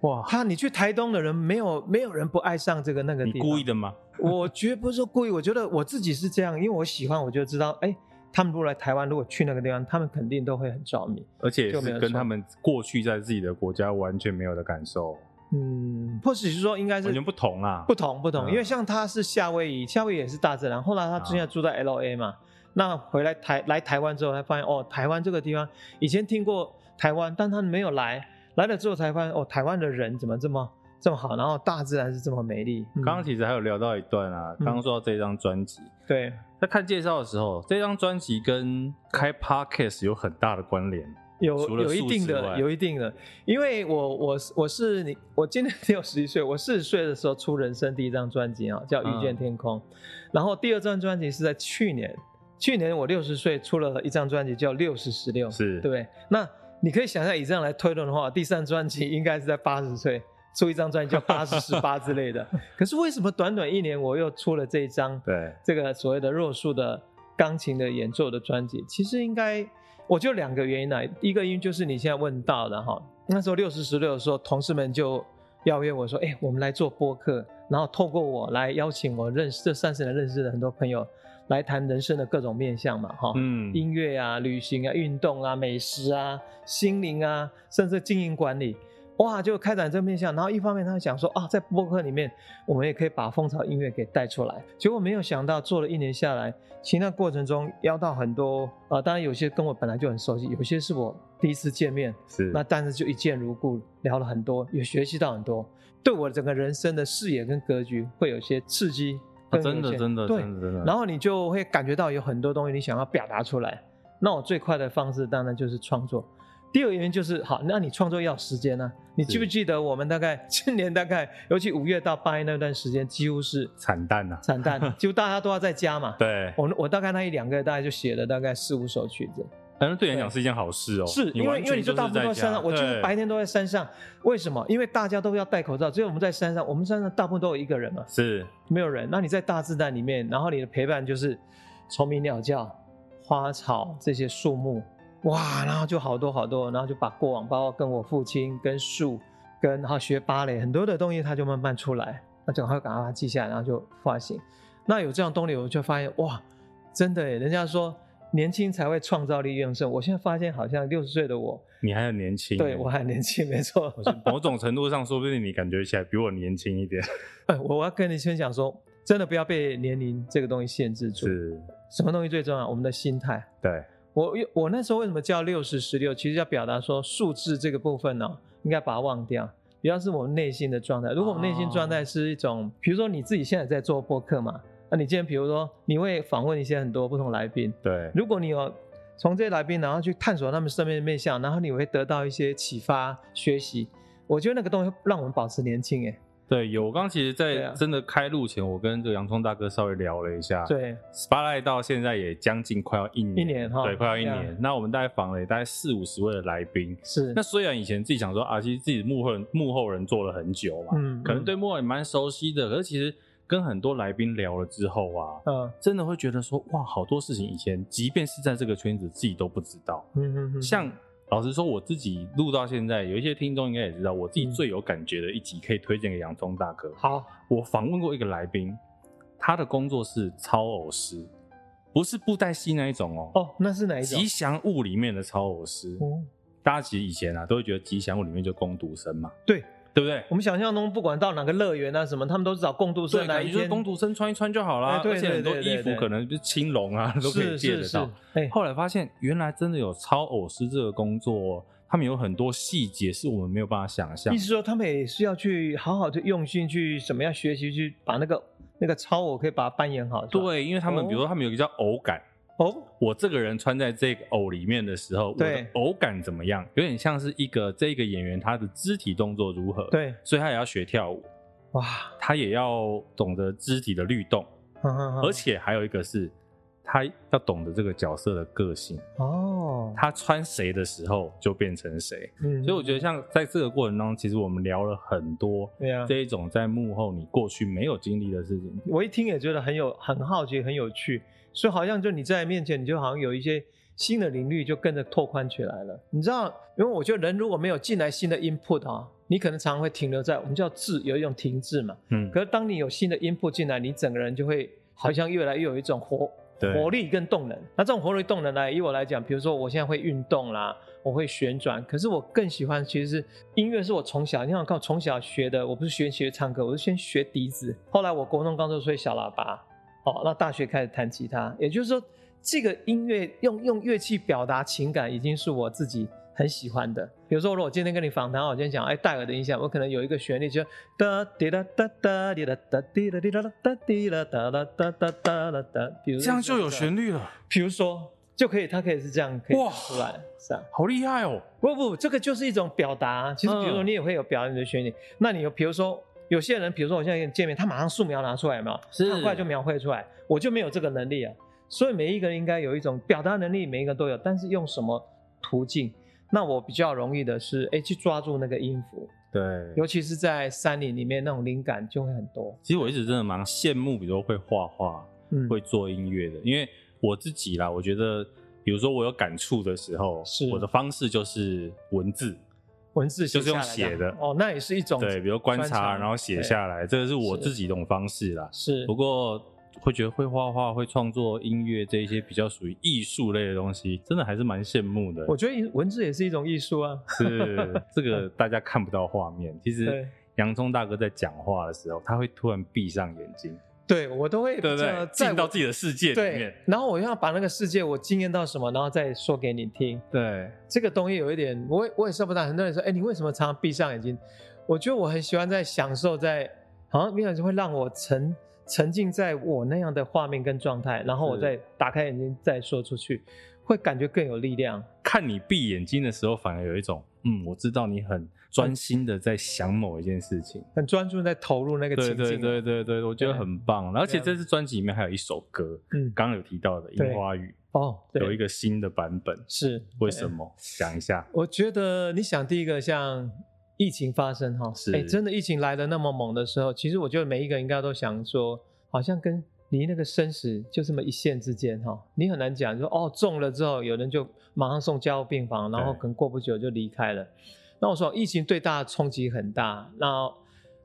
[SPEAKER 2] 哇，
[SPEAKER 4] 他你去台东的人没有没有人不爱上这个那个地
[SPEAKER 2] 你
[SPEAKER 4] 方，
[SPEAKER 2] 故意的吗？
[SPEAKER 4] 我觉得不是说故意，我觉得我自己是这样，因为我喜欢，我就知道，哎、他们如果来台湾，如果去那个地方，他们肯定都会很着迷。
[SPEAKER 2] 而且
[SPEAKER 4] 就没有
[SPEAKER 2] 是跟
[SPEAKER 4] 错
[SPEAKER 2] 他们过去在自己的国家完全没有的感受，
[SPEAKER 4] 嗯，或许是说应该是
[SPEAKER 2] 完全不同啦。
[SPEAKER 4] 不同不同，
[SPEAKER 2] 嗯
[SPEAKER 4] 因为像他是夏威夷，夏威夷也是大自然，后来他现在住在 L A 嘛，那回来台来台湾之后，才发现哦，台湾这个地方以前听过台湾，但他没有来，来了之后才发现哦，台湾的人怎么这么这么好，然后大自然是这么美丽。嗯
[SPEAKER 2] 刚刚其实还有聊到一段啊，
[SPEAKER 4] 嗯
[SPEAKER 2] 刚刚说到这张专辑，
[SPEAKER 4] 对，
[SPEAKER 2] 在看介绍的时候，这张专辑跟开 podcast 有很大的关联。
[SPEAKER 4] 有
[SPEAKER 2] 除了
[SPEAKER 4] 有一
[SPEAKER 2] 素
[SPEAKER 4] 定
[SPEAKER 2] 之
[SPEAKER 4] 的，
[SPEAKER 2] 外
[SPEAKER 4] 有一定的，因为我我是我是你，我今年六十一岁，我四十岁的时候出人生第一张专辑啊，叫《遇见
[SPEAKER 2] 嗯
[SPEAKER 4] 天空》，然后第二张专辑是在去年，去年我六十岁出了一张专辑叫《六十十六》，
[SPEAKER 2] 是
[SPEAKER 4] 对不对？那你可以想象，以这样来推论的话，第三专辑应该是在八十岁出一张专辑叫《八十十八》之类的， 可是为什么短短一年我又出了这一张？
[SPEAKER 2] 对，
[SPEAKER 4] 这个所谓的弱数的钢琴的演奏的专辑，其实应该我就两个原因来，一个因就是你现在问到的哈，那时候六十十六的时候，同事们就邀约我说，哎、我们来做播客，然后透过我来邀请我认识这三十年认识的很多朋友来谈人生的各种面向嘛，哈，
[SPEAKER 2] 嗯，
[SPEAKER 4] 音乐啊、旅行啊、运动啊、美食啊、心灵啊，甚至经营管理。哇，就开展这面向，然后一方面他想说啊，在播客里面，我们也可以把风潮音乐给带出来。结果没有想到，做了一年下来，其实那过程中邀到很多，呃，当然有些跟我本来就很熟悉，有些是我第一次见面，
[SPEAKER 2] 是
[SPEAKER 4] 那但是就一见如故，聊了很多，也学习到很多，对我整个人生的视野跟格局会有些刺激。
[SPEAKER 2] 啊
[SPEAKER 4] 跟有
[SPEAKER 2] 真的
[SPEAKER 4] 些
[SPEAKER 2] 真的
[SPEAKER 4] 对，
[SPEAKER 2] 真的真的。
[SPEAKER 4] 然后你就会感觉到有很多东西你想要表达出来。那我最快的方式当然就是创作。第二个原因就是，好，那你创作要有时间呢、你记不
[SPEAKER 2] 是
[SPEAKER 4] 记得我们大概今年大概， 尤其五月到八月那段时间，几乎是
[SPEAKER 2] 惨淡呐、啊，
[SPEAKER 4] 惨淡， 几乎大家都要在家嘛。
[SPEAKER 2] 对，
[SPEAKER 4] 我我大概那一两个月，大概就写了大概四五首曲子。
[SPEAKER 2] 反正对你来讲是一件好事哦。
[SPEAKER 4] 是
[SPEAKER 2] 你
[SPEAKER 4] 因为
[SPEAKER 2] 完
[SPEAKER 4] 因为
[SPEAKER 2] 全
[SPEAKER 4] 你就大部分都在山上，我就是白
[SPEAKER 2] 天
[SPEAKER 4] 天都在山上。为什么？因为大家都要戴口罩，只有我们在山上，我们山上大部分都有一个人嘛。
[SPEAKER 2] 是
[SPEAKER 4] 没有人，那你在大自然里面，然后你的陪伴就是虫鸣鸟叫、花草这些树木，哇，然后就好多好多，然后就把过往，包括跟我父亲、跟树、跟然后学芭蕾很多的东西，它就慢慢出来，那就赶快把它记下来，然后就发行。那有这样动力，我就发现哇，真的耶，人家说年轻才会创造力旺盛，我现在发现好像六十岁的我，
[SPEAKER 2] 你还很年轻，欸
[SPEAKER 4] 对我还年轻，没错。
[SPEAKER 2] 我是某种程度上，说不定你感觉起来比我年轻一点。
[SPEAKER 4] 哎，我我要跟你分享说，真的不要被年龄这个东西限制住。
[SPEAKER 2] 是，
[SPEAKER 4] 什么东西最重要？我们的心态。
[SPEAKER 2] 对，
[SPEAKER 4] 我我那时候为什么叫六十十六？其实要表达说数字这个部分呢、应该把它忘掉，比较是我们内心的状态。如果我们内心状
[SPEAKER 2] 哦
[SPEAKER 4] 态是一种，比如说你自己现在在做播客嘛，那你今天比如说你会访问一些很多不同来宾，
[SPEAKER 2] 对，
[SPEAKER 4] 如果你有从这些来宾，然后去探索他们生命的面向，然后你会得到一些启发、学习。我觉得那个东西会让我们保持年轻，哎，
[SPEAKER 2] 对，有。我刚刚其实，
[SPEAKER 4] 对
[SPEAKER 2] 在
[SPEAKER 4] 啊
[SPEAKER 2] 真的开录前，我跟这个洋葱大哥稍微聊了一下。
[SPEAKER 4] 对，
[SPEAKER 2] Spotlight 到现在也将近快啊要一年，
[SPEAKER 4] 一年哈
[SPEAKER 2] 对，快要一
[SPEAKER 4] 对
[SPEAKER 2] 年
[SPEAKER 4] 啊。
[SPEAKER 2] 那我们大概访了也大概四五十位的来宾。
[SPEAKER 4] 是，
[SPEAKER 2] 那虽然以前自己想说啊，其实自己幕后人幕后人做了很久嘛，
[SPEAKER 4] 嗯
[SPEAKER 2] 可能对幕后也蛮熟悉的，可是其实跟很多来宾聊了之后啊，
[SPEAKER 4] 嗯
[SPEAKER 2] 真的会觉得说哇，好多事情以前即便是在这个圈子自己都不知道。
[SPEAKER 4] 嗯嗯嗯，
[SPEAKER 2] 像老实说，我自己录到现在，有一些听众应该也知道，我自己
[SPEAKER 4] 嗯
[SPEAKER 2] 最有感觉的一集可以推荐给洋葱大哥。
[SPEAKER 4] 好
[SPEAKER 2] 我访问过一个来宾，他的工作是超偶师，不是布袋戏那一种哦，
[SPEAKER 4] 哦，那是哪一种
[SPEAKER 2] 吉？祥物里面的超偶师。
[SPEAKER 4] 哦，
[SPEAKER 2] 大家其实以前啊都会觉得吉祥物里面就工读生嘛，
[SPEAKER 4] 对
[SPEAKER 2] 对不对？
[SPEAKER 4] 我们想象中，不管到哪个乐园啊什么，他们都是找共度
[SPEAKER 2] 对，
[SPEAKER 4] 生来
[SPEAKER 2] 感
[SPEAKER 4] 一
[SPEAKER 2] 觉就是
[SPEAKER 4] 天。
[SPEAKER 2] 工读生穿一穿就好啦
[SPEAKER 4] 哎，对
[SPEAKER 2] 而且很多
[SPEAKER 4] 对对
[SPEAKER 2] 衣
[SPEAKER 4] 对
[SPEAKER 2] 服可能就是青龙啊都可以
[SPEAKER 4] 是
[SPEAKER 2] 借
[SPEAKER 4] 是
[SPEAKER 2] 得
[SPEAKER 4] 是
[SPEAKER 2] 到。，
[SPEAKER 4] 哎，
[SPEAKER 2] 后来发现原来真的有超偶师这个工作哦，他们有很多细节是我们没有办法想象
[SPEAKER 4] 意。思说他们也是要去好好的用心去怎么样学习，去把那个那个超我可以把它扮演好。是吧，
[SPEAKER 2] 对，因为他们
[SPEAKER 4] 哦
[SPEAKER 2] 比如说他们有一个叫偶感，
[SPEAKER 4] 哦，
[SPEAKER 2] 我这个人穿在这个偶里面的时候，我的
[SPEAKER 4] 对
[SPEAKER 2] 偶感怎么样？有点像是一个这个演员他的肢体动作如何，，
[SPEAKER 4] 对，
[SPEAKER 2] 所以他也要学跳舞，
[SPEAKER 4] 哇，
[SPEAKER 2] 他也要懂得肢体的律动，而
[SPEAKER 4] 而
[SPEAKER 2] 且还有一个是。他要懂得这个角色的个性，
[SPEAKER 4] 哦，
[SPEAKER 2] 他穿谁的时候就变成谁，
[SPEAKER 4] 嗯
[SPEAKER 2] 所以我觉得像在这个过程当中，其实我们聊了很多
[SPEAKER 4] 对啊
[SPEAKER 2] 这一种在幕后你过去没有经历的事情，
[SPEAKER 4] 我一听也觉得很有很好奇，很有趣，所以好像就你在面前，你就好像有一些新的领域就跟着拓宽起来了。你知道，因为我觉得人如果没有进来新的 input 啊，你可能常常会停留在我们叫滞，有一种停滞嘛。
[SPEAKER 2] 嗯，
[SPEAKER 4] 可是当你有新的 input 进来，你整个人就会好像越来越有一种活
[SPEAKER 2] 对
[SPEAKER 4] 活力跟动能。那这种活力动能呢，以我来讲，比如说我现在会运动啦，我会旋转，可是我更喜欢其实是音乐，是我从小你想看我从小学的，我不是先学唱歌，我是先学笛子，后来我国中、高中吹小喇叭，哦，那大学开始弹吉他，也就是说，这个音乐用用乐器表达情感，已经是我自己很喜欢的。比如说，如果我今天跟你访谈，我今天讲，哎，戴尔的音响，我可能有一个旋律就哒滴哒哒哒滴哒哒滴哒滴哒哒滴哒哒哒哒哒哒哒哒，比如
[SPEAKER 2] 这样就有旋
[SPEAKER 4] 律，
[SPEAKER 2] 律了，
[SPEAKER 4] 比如说就可以，它可以是这样可以
[SPEAKER 2] 哇
[SPEAKER 4] 出来，是啊。
[SPEAKER 2] 好厉害哦！
[SPEAKER 4] 不不，这个就是一种表达。啊其实，比如说
[SPEAKER 2] 嗯
[SPEAKER 4] 你也会有表达你的旋律，那你有比如说有些人，比如说我现在跟你见面，他马上素描拿出来，有没有？
[SPEAKER 2] 是
[SPEAKER 4] 他很快就描绘出来，我就没有这个能力啊。所以每一个人应该有一种表达能力，每一个都有，但是用什么途径？那我比较容易的是，哎，去抓住那个音符，
[SPEAKER 2] 对，
[SPEAKER 4] 尤其是在山林里面，那种灵感就会很多。
[SPEAKER 2] 其实我一直真的蛮羡慕，比如说会画画、
[SPEAKER 4] 嗯，
[SPEAKER 2] 会做音乐的，因为我自己啦，我觉得，比如说我有感触的时候，
[SPEAKER 4] 是
[SPEAKER 2] 我的方式就是文字，
[SPEAKER 4] 文字
[SPEAKER 2] 就是用
[SPEAKER 4] 下来
[SPEAKER 2] 写的
[SPEAKER 4] 哦，那也是一种
[SPEAKER 2] 对，比如观
[SPEAKER 4] 穿
[SPEAKER 2] 察
[SPEAKER 4] 插
[SPEAKER 2] 然后写
[SPEAKER 4] 对
[SPEAKER 2] 下来，这个是我
[SPEAKER 4] 是
[SPEAKER 2] 自己一种方式啦。
[SPEAKER 4] 是
[SPEAKER 2] 不过会觉得会画画、会创作音乐这一些比较属于艺术类的东西，真的还是蛮羡慕的。
[SPEAKER 4] 我觉得文字也是一种艺术啊。
[SPEAKER 2] 是这个大家看不到画面，其实
[SPEAKER 4] 对
[SPEAKER 2] 洋葱大哥在讲话的时候，他会突然闭上眼睛，
[SPEAKER 4] 对，我都会
[SPEAKER 2] 对不
[SPEAKER 4] 比
[SPEAKER 2] 对？
[SPEAKER 4] 较在
[SPEAKER 2] 进到
[SPEAKER 4] 我
[SPEAKER 2] 自己的世界里
[SPEAKER 4] 对
[SPEAKER 2] 面，，
[SPEAKER 4] 然后我要把那个世界我经验到什么，然后再说给你听。
[SPEAKER 2] 对，
[SPEAKER 4] 这个东西有一点，我也我也受不到。很多人说，哎，你为什么常常闭上眼睛？我觉得我很喜欢在享受在，好像闭上眼睛会让我沉沉浸在我那样的画面跟状态，然后我
[SPEAKER 2] 是
[SPEAKER 4] 再打开眼睛再说出去，会感觉更有力量。
[SPEAKER 2] 看你闭眼睛的时候，反而有一种，嗯，我知道你很专心的在想某一件事情。
[SPEAKER 4] 很专注在投入那个
[SPEAKER 2] 对
[SPEAKER 4] 情境
[SPEAKER 2] 对
[SPEAKER 4] 啊，
[SPEAKER 2] 对对对，我觉得
[SPEAKER 4] 对
[SPEAKER 2] 很棒。而且
[SPEAKER 4] 这
[SPEAKER 2] 这
[SPEAKER 4] 样
[SPEAKER 2] 次专辑里面还有一首歌，
[SPEAKER 4] 嗯，
[SPEAKER 2] 刚刚有提到的《
[SPEAKER 4] 对
[SPEAKER 2] 樱花雨
[SPEAKER 4] 哦，》，
[SPEAKER 2] 有一
[SPEAKER 4] 对，
[SPEAKER 2] 个新的版本，
[SPEAKER 4] 是
[SPEAKER 2] 为
[SPEAKER 4] 对
[SPEAKER 2] 什么？讲一下。
[SPEAKER 4] 我觉得你想第一个像疫情发生哈，
[SPEAKER 2] 是
[SPEAKER 4] 哎，真的疫情来的那么猛的时候，其实我觉得每一个人应该都想说，好像跟离那个生死就这么一线之间哈，你很难讲说哦中了之后，有人就马上送加护病房，然后
[SPEAKER 2] 对
[SPEAKER 4] 可能过不久就离开了。那我说疫情对大家冲击很大，那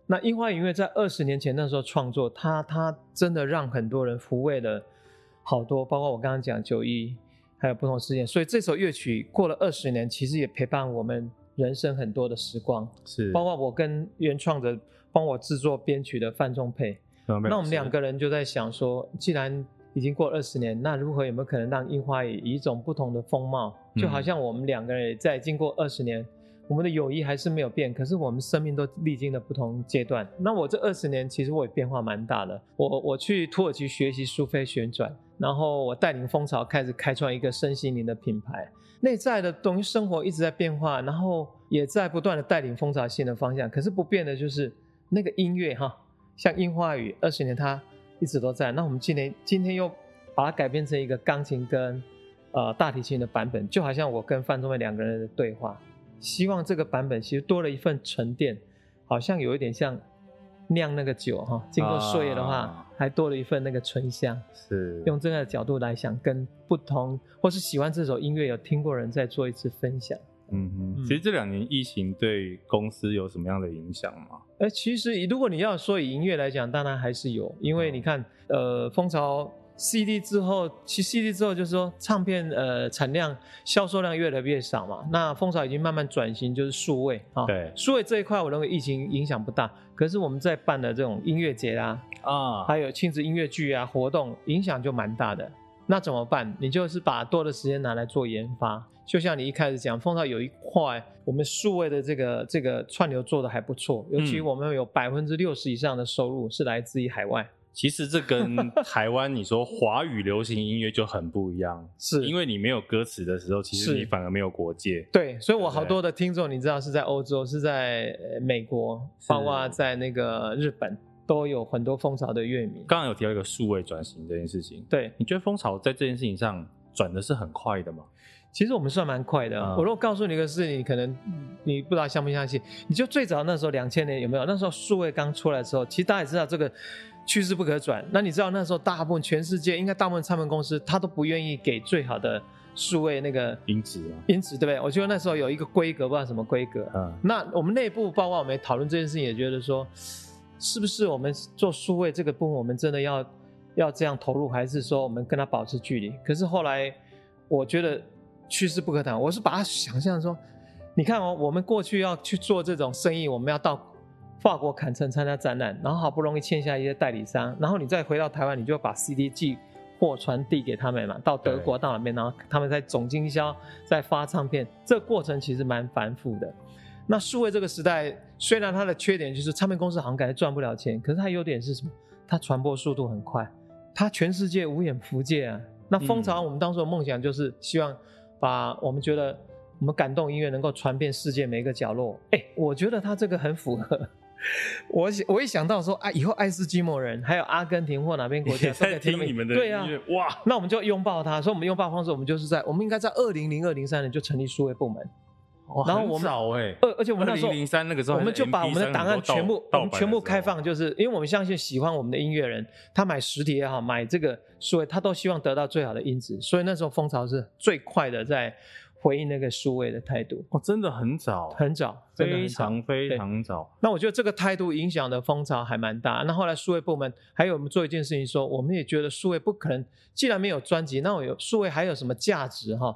[SPEAKER 4] 那樱花音乐在二十年前那时候创作，它它真的让很多人抚慰了好多，包括我刚刚讲九一，还有不同事件，所以这首乐曲过了二十年，其实也陪伴我们人生很多的时光，
[SPEAKER 2] 是，
[SPEAKER 4] 包括我跟原创者帮我制作编曲的范仲佩，那
[SPEAKER 2] 那
[SPEAKER 4] 我们两个人就在想说，既然已经过二十年，那如何有没有可能让樱花以以一种不同的风貌，
[SPEAKER 2] 嗯
[SPEAKER 4] 就好像我们两个人也在经过二十年，我们的友谊还是没有变，可是我们生命都历经了不同阶段。那我这二十年其实我也变化蛮大的，我我去土耳其学习苏菲旋转，然后我带领蜂巢开始开创一个身心灵的品牌，内在的东西生活一直在变化，然后也在不断的带领蜂巢新的方向。可是不变的就是那个音乐哈，像樱花雨二十年它一直都在。那我们今年今天又把它改编成一个钢琴跟呃大提琴的版本，就好像我跟范仲伟两个人的对话。希望这个版本其实多了一份沉淀，好像有一点像酿那个酒哈，经过岁月的话，
[SPEAKER 2] 啊
[SPEAKER 4] 还多了一份那个醇香。
[SPEAKER 2] 是
[SPEAKER 4] 用这个角度来想，跟不同或是喜欢这首音乐有听过人再做一次分享。
[SPEAKER 2] 嗯哼，
[SPEAKER 4] 嗯
[SPEAKER 2] 其实这两年疫情对公司有什么样的影响吗？
[SPEAKER 4] 哎，其实如果你要说以音乐来讲，当然还是有，因为你看，呃，蜂巢 CD 之后，其实 CD 之后就是说唱片呃产量销售量越来越少嘛，那蜂巢已经慢慢转型就是数位啊，
[SPEAKER 6] 对
[SPEAKER 4] 数位这一块我认为疫情影响不大，可是我们在办的这种音乐节啦，
[SPEAKER 6] 啊，
[SPEAKER 4] 还有亲子音乐剧啊活动，影响就蛮大的。那怎么办？你就是把多的时间拿来做研发，就像你一开始讲，蜂巢有一块我们数位的这个这个串流做的还不错，尤其
[SPEAKER 6] 嗯
[SPEAKER 4] 我们有百分之六十以上的收入是来自于海外，
[SPEAKER 6] 其实这 跟台湾你说华语流行音乐就很不一样，
[SPEAKER 4] 是
[SPEAKER 6] 因为你没有歌词的时候，其实
[SPEAKER 4] 是
[SPEAKER 6] 你反而没有国界。
[SPEAKER 4] 对，所以我
[SPEAKER 6] 对不
[SPEAKER 4] 好
[SPEAKER 6] 对
[SPEAKER 4] 多的听众，你知道是在欧洲，是在呃美国，包括在那个日本，都有很多蜂巢的乐迷。
[SPEAKER 6] 刚刚有提到一个数位转型这件事情，
[SPEAKER 4] 对，
[SPEAKER 6] 你觉得蜂巢在这件事情上转的是很快的吗？
[SPEAKER 4] 其实我们算蛮快的。
[SPEAKER 6] 嗯
[SPEAKER 4] 啊我如果告诉你一个事，你可能你不知道相不相信。你就最早那时候两千年有没有？那时候数位刚出来的时候，其实大家也知道这个趋势不可转。那你知道那时候大部分全世界应该大部分唱片公司，他都不愿意给最好的数位那个
[SPEAKER 6] 音质啊吗？
[SPEAKER 4] 因此，对不对？我觉得那时候有一个规格，不知道什么规格。啊
[SPEAKER 6] 嗯，
[SPEAKER 4] 那我们内部，包括我们讨论这件事情，也觉得说，是不是我们做数位这个部分，我们真的要要这样投入，还是说我们跟他保持距离？可是后来，我觉得趋势不可挡，我是把它想象说，你看哦，我们过去要去做这种生意，我们要到法国坎城参加展览，然后好不容易签下一些代理商，然后你再回到台湾，你就把 CD 寄货传递给他们嘛，到德国到哪边，然后他们再总经销，再发唱片，这个过程其实蛮繁复的。那数位这个时代，虽然它的缺点就是唱片公司好像感觉赚不了钱，可是它优点是什么？它传播速度很快，它全世界无远弗届啊。那蜂
[SPEAKER 6] 嗯
[SPEAKER 4] 巢，我们当初的梦想就是希望把我们觉得我们感动音乐能够传遍世界每一个角落。哎，我觉得它这个很符合。我想，我一想到说啊，以后爱斯基摩人还有阿根廷或哪边国家
[SPEAKER 6] 也在
[SPEAKER 4] 都可 以
[SPEAKER 6] 听你们的
[SPEAKER 4] 对
[SPEAKER 6] 音
[SPEAKER 4] 啊
[SPEAKER 6] 乐，，哇，
[SPEAKER 4] 那我们就拥抱它。所以我们拥抱的方式，我们就是在我们应该在二零零二零三年就成立数位部门，啊然后我
[SPEAKER 6] 很
[SPEAKER 4] 们
[SPEAKER 6] 早哎，
[SPEAKER 4] 而而且我们
[SPEAKER 6] 二
[SPEAKER 4] 那时
[SPEAKER 6] 零
[SPEAKER 4] 候
[SPEAKER 6] 零三那个时候
[SPEAKER 4] 我
[SPEAKER 6] 还是 MP3 很多盗，
[SPEAKER 4] 们就把我们的档案全部，我
[SPEAKER 6] 盗版
[SPEAKER 4] 们
[SPEAKER 6] 的
[SPEAKER 4] 全部
[SPEAKER 6] 时候
[SPEAKER 4] 开放，就是因为我们相信喜欢我们的音乐人，他买实体也好，买这个数位，他都希望得到最好的音质，所以那时候蜂巢是最快的在回应那个数位的态度，
[SPEAKER 6] 哦，真的很早，
[SPEAKER 4] 很早，真的很
[SPEAKER 6] 非
[SPEAKER 4] 早
[SPEAKER 6] 常非常早。
[SPEAKER 4] 那我觉得这个态度影响的风潮还蛮大。那后来数位部门还有我们做一件事情说，我们也觉得数位不可能，既然没有专辑，那我有数位还有什么价值哈？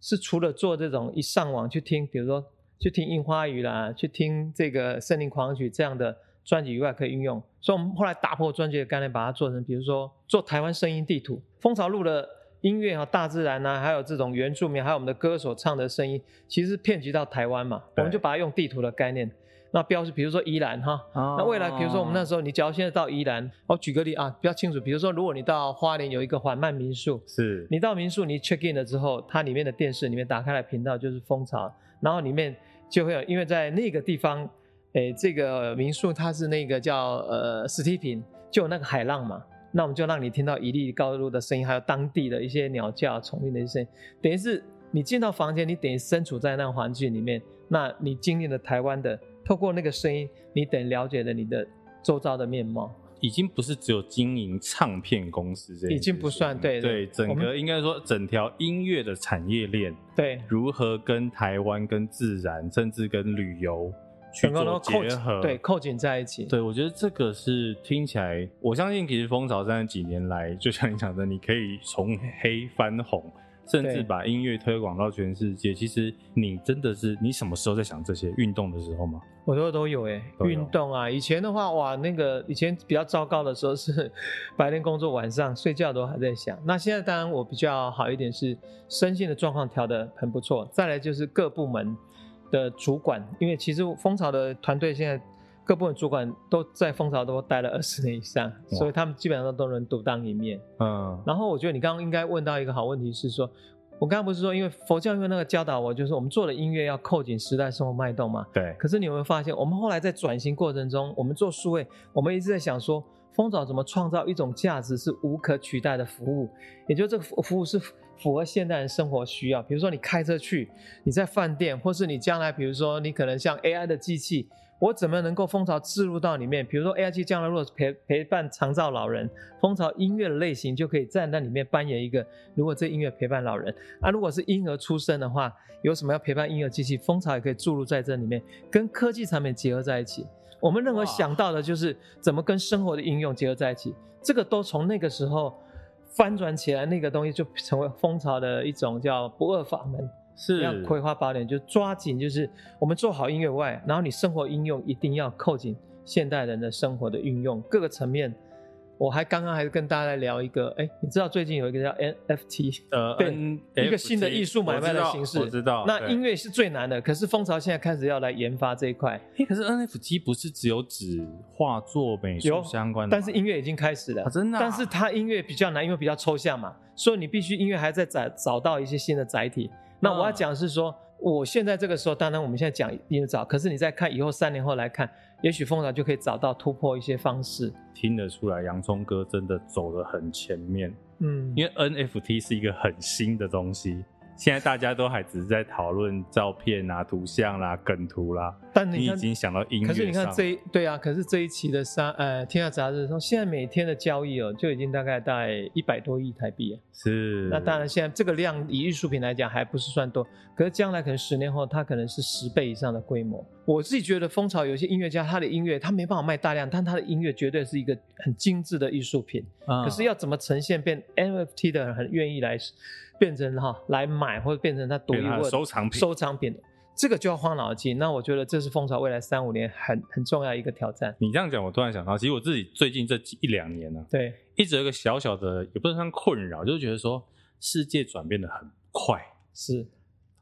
[SPEAKER 4] 是除了做这种一上网去听，比如说去听樱花雨啦，去听这个森林狂想曲这样的专辑以外，可以运用。所以我们后来打破专辑的概念，把它做成，比如说做台湾声音地图，蜂巢路的。音乐和大自然呐、还有这种原住民，还有我们的歌手唱的声音，其实遍及到台湾嘛，我们
[SPEAKER 6] 对
[SPEAKER 4] 就把它用地图的概念那标示，比如说宜兰哈，那
[SPEAKER 6] 那
[SPEAKER 4] 未来比如说我
[SPEAKER 6] 哦
[SPEAKER 2] 哦
[SPEAKER 4] 们那时候，你只要现在到宜兰，我举个例啊，比较清楚，比如说如果你到花莲有一个缓慢民宿，
[SPEAKER 6] 是
[SPEAKER 4] 你到民宿你 check in 了之后，它里面的电视里面打开来频道就是蜂巢，然后里面就会有，因为在那个地方，诶，这个民宿它是那个叫呃史提平，就有那个海浪嘛。那我们就让你听到一粒高路的声音，还有当地的一些鸟叫、虫鸣的一些声音，等于是你进到房间，你等于身处在那个环境里面，那你经历了台湾的，透过那个声音，你等于了解了你的周遭的面貌。
[SPEAKER 6] 已经不是只有经营唱片公司这件事情，
[SPEAKER 4] 已经不算对
[SPEAKER 6] 对，整
[SPEAKER 4] 我
[SPEAKER 6] 个
[SPEAKER 4] 们
[SPEAKER 6] 应该说整条音乐的产业链
[SPEAKER 4] 对，
[SPEAKER 6] 如何跟台湾、跟自然，甚至跟旅游去
[SPEAKER 4] 能
[SPEAKER 6] 做
[SPEAKER 4] 够扣
[SPEAKER 6] 结
[SPEAKER 4] 紧
[SPEAKER 6] 合，
[SPEAKER 4] 对扣紧在一起。
[SPEAKER 6] 对，我觉得这个是听起来，我相信其实蜂巢在几年来，就像你讲的，你可以从黑翻红，甚至
[SPEAKER 4] 对
[SPEAKER 6] 把音乐推广到全世界。其实你真的是，你什么时候在想这些运动的时候吗？
[SPEAKER 4] 我说都有哎、
[SPEAKER 6] 都有
[SPEAKER 4] 运动啊，以前的话哇，那个以前比较糟糕的时候是 白天工作，晚上睡觉都还在想。那现在当然我比较好一点是身心的状况调得很不错，再来就是各部门的主管，因为其实蜂巢的团队现在各部门主管都在蜂巢都待了二十年以上，所以他们基本上都能独当一面。
[SPEAKER 6] 嗯，
[SPEAKER 4] 然后我觉得你刚刚应该问到一个好问题是说，我刚刚不是说因为佛教因为那个教导我，就是我们做的音乐要扣紧时代生活脉动嘛。
[SPEAKER 6] 对，
[SPEAKER 4] 可是你有没有发现，我们后来在转型过程中，我们做数位，我们一直在想说，蜂巢怎么创造一种价值是无可取代的服务，也就是这个服服务是符合现代人生活需要。比如说你开车去，你在饭店，或是你将来，比如说你可能像 AI 的机器。我怎么能够蜂巢置入到里面？比如说 AI 机将来如果陪陪伴长照老人，蜂巢音乐的类型就可以在那里面扮演一个。如果这音乐陪伴老人啊，如果是婴儿出生的话，有什么要陪伴婴儿机器？蜂巢也可以注入在这里面，跟科技产品结合在一起。我们任何
[SPEAKER 6] 哇
[SPEAKER 4] 想到的就是怎么跟生活的应用结合在一起，这个都从那个时候翻转起来，那个东西就成为风潮的一种叫不二法门。要
[SPEAKER 6] 是
[SPEAKER 4] 葵花宝典，就抓紧，就是我们做好音乐外，然后你生活应用一定要扣紧现代人的生活的运用各个层面。我还刚刚还跟大家来聊一个，哎，你知道最近有一个叫 NFT，
[SPEAKER 6] 呃
[SPEAKER 4] 对
[SPEAKER 6] NFT
[SPEAKER 4] 一个新的艺术买卖的形式
[SPEAKER 6] 我知道。我知道
[SPEAKER 4] 那
[SPEAKER 6] 哦对
[SPEAKER 4] 音乐是最难的，可是蜂巢现在开始要来研发这一块，
[SPEAKER 6] 诶可是 NFT 不是只有指画作、美术
[SPEAKER 4] 有
[SPEAKER 6] 相关的吗，
[SPEAKER 4] 但是音乐已经开始了
[SPEAKER 6] 啊，，真的啊，
[SPEAKER 4] 但是它音乐比较难，因为比较抽象嘛，所以你必须音乐还在找找到一些新的载体。
[SPEAKER 6] 嗯
[SPEAKER 4] 那我要讲的是说，我现在这个时候，当然我们现在讲音乐找，可是你再看以后三年后来看，也许蜂巢就可以找到突破一些方式。
[SPEAKER 6] 听得出来，洋葱哥真的走得很前面，
[SPEAKER 4] 嗯，
[SPEAKER 6] 因为 NFT 是一个很新的东西。现在大家都还只是在讨论照片啊、图像啦、梗图啦，
[SPEAKER 4] 但
[SPEAKER 6] 你
[SPEAKER 4] 你
[SPEAKER 6] 已
[SPEAKER 4] 看，
[SPEAKER 6] 经想到音乐
[SPEAKER 4] 可是你看
[SPEAKER 6] 上
[SPEAKER 4] 这一对啊，可是这一期的三呃《天下杂志》说，现在每天的交易哦，就已经大概大概一百多亿台币了。
[SPEAKER 6] 是
[SPEAKER 4] 那当然，现在这个量以艺术品来讲还不是算多，可是将来可能十年后，它可能是十倍以上的规模。我自己觉得，蜂巢有些音乐家，他的音乐他没办法卖大量，但他的音乐绝对是一个很精致的艺术品。
[SPEAKER 6] 嗯
[SPEAKER 4] 可是要怎么呈现，变 NFT 的人很愿意来变成哈来买，或者变成他独一
[SPEAKER 6] 变成他
[SPEAKER 4] 无
[SPEAKER 6] 的
[SPEAKER 4] 二
[SPEAKER 6] 收藏品
[SPEAKER 4] 收藏品，这个就要花脑筋。那我觉得这是蜂巢未来三五年很很重要一个挑战。
[SPEAKER 6] 你这样讲，我突然想到，其实我自己最近这几一两年呢、啊
[SPEAKER 4] 对，
[SPEAKER 6] 一直有一个小小的，也不能算困扰，就是觉得说世界转变的很快，
[SPEAKER 4] 是，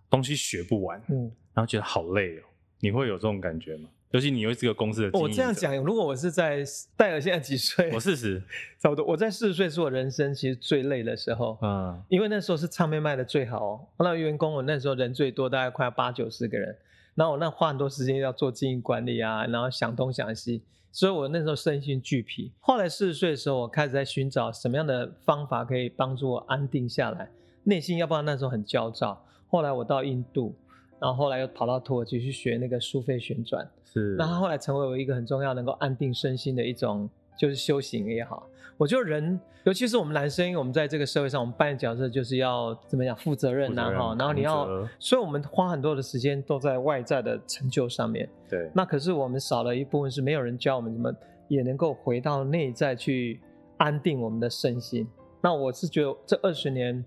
[SPEAKER 6] 东西学不完，
[SPEAKER 4] 嗯。
[SPEAKER 6] 然后觉得好累哦。你会有这种感觉吗？尤其你又是个公司的，
[SPEAKER 4] 哦我这样，讲，如果我是在戴尔现在几岁？
[SPEAKER 6] 我四 十，
[SPEAKER 4] 差不多，我在四十岁是我人生其实最累的时候，
[SPEAKER 6] 嗯，
[SPEAKER 4] 因为那时候是唱片卖的最好哦。那员工我那时候人最多，大概快要八九十个人。然后我那花很多时间要做经营管理啊，然后想东想西，所以我那时候身心俱疲。后来四十岁的时候，我开始在寻找什么样的方法可以帮助我安定下来，内心要不然那时候很焦躁。后来我到印度，然后后来又跑到土耳其去学那个苏菲旋转，
[SPEAKER 6] 是，
[SPEAKER 4] 那它后来成为我一个很重要能够安定身心的一种，就是修行也好。我觉得人，尤其是我们男生，因为我们在这个社会上，我们扮演角色就是要怎么讲，负责任呐、
[SPEAKER 6] 负责任
[SPEAKER 4] 啊哈。然后你
[SPEAKER 6] 扛
[SPEAKER 4] 要
[SPEAKER 6] 责，
[SPEAKER 4] 所以我们花很多的时间都在外在的成就上面。
[SPEAKER 6] 对，
[SPEAKER 4] 那可是我们少了一部分是没有人教我们怎么也能够回到内在去安定我们的身心。那我是觉得这二十年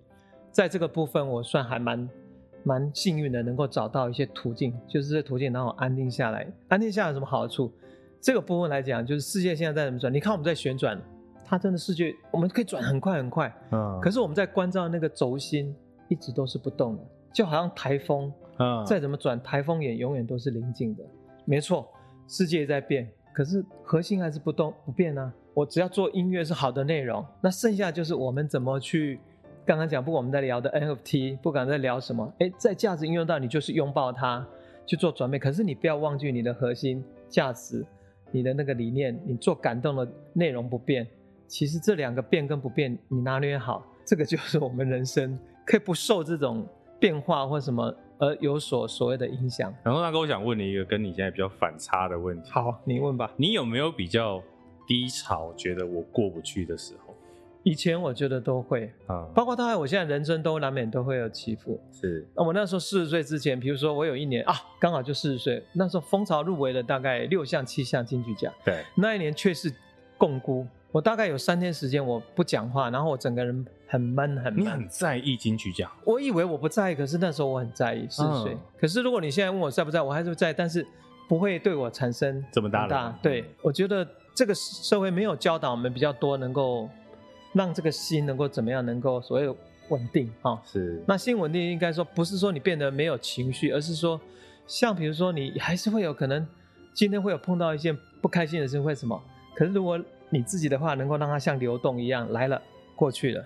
[SPEAKER 4] 在这个部分，我算还蛮蛮幸运的，能够找到一些途径，就是这途径让我安定下来。安定下来有什么好处？这个部分来讲，就是世界现在在怎么转？你看我们在旋转，它真的世界我们可以转很快很快，
[SPEAKER 6] 嗯
[SPEAKER 4] 可是我们在关照那个轴心一直都是不动的，就好像台风
[SPEAKER 6] 嗯
[SPEAKER 4] 再怎么转，台风眼永远都是临近的。没错，世界在变，可是核心还是不动不变啊。我只要做音乐是好的内容，那剩下就是我们怎么去。刚刚讲，不管我们在聊的 NFT，不管在聊什么，哎，在价值应用到你就是拥抱它，去做转变。可是你不要忘记你的核心价值，你的那个理念，你做感动的内容不变。其实这两个变跟不变，你拿捏好，这个就是我们人生可以不受这种变化或什么而有所所谓的影响。
[SPEAKER 6] 然后大哥，我想问你一个跟你现在比较反差的问题，，
[SPEAKER 4] 好，你问吧。
[SPEAKER 6] 你有没有比较低潮，觉得我过不去的时候？
[SPEAKER 4] 以前我觉得都会，
[SPEAKER 6] 啊、
[SPEAKER 4] 包括大概我现在人生都难免都会有起伏。啊
[SPEAKER 6] 是，
[SPEAKER 4] 那我那时候四十岁之前，比如说我有一年啊，刚好就四十岁，那时候蜂巢入围了大概六项七项金曲奖。
[SPEAKER 6] 对，
[SPEAKER 4] 那一年却是共估，我大概有三天时间我不讲话，然后我整个人很闷很
[SPEAKER 6] 你
[SPEAKER 4] 闷。
[SPEAKER 6] 很在意金曲奖，
[SPEAKER 4] 我以为我不在意，可是那时候我很在意，四十岁。
[SPEAKER 6] 嗯
[SPEAKER 4] 可是如果你现在问我在不在，我还是会在意，但是不会对我产生
[SPEAKER 6] 这么大
[SPEAKER 4] 很
[SPEAKER 6] 的
[SPEAKER 4] 大。对，我觉得这个社会没有教导我们比较多，能够让这个心能够怎么样，能够所谓稳定啊、哦
[SPEAKER 6] 是，
[SPEAKER 4] 那新稳定应该说不是说你变得没有情绪，而是说，像比如说你还是会有可能今天会有碰到一件不开心的事，会什么？可是如果你自己的话，能够让它像流动一样来了过去了。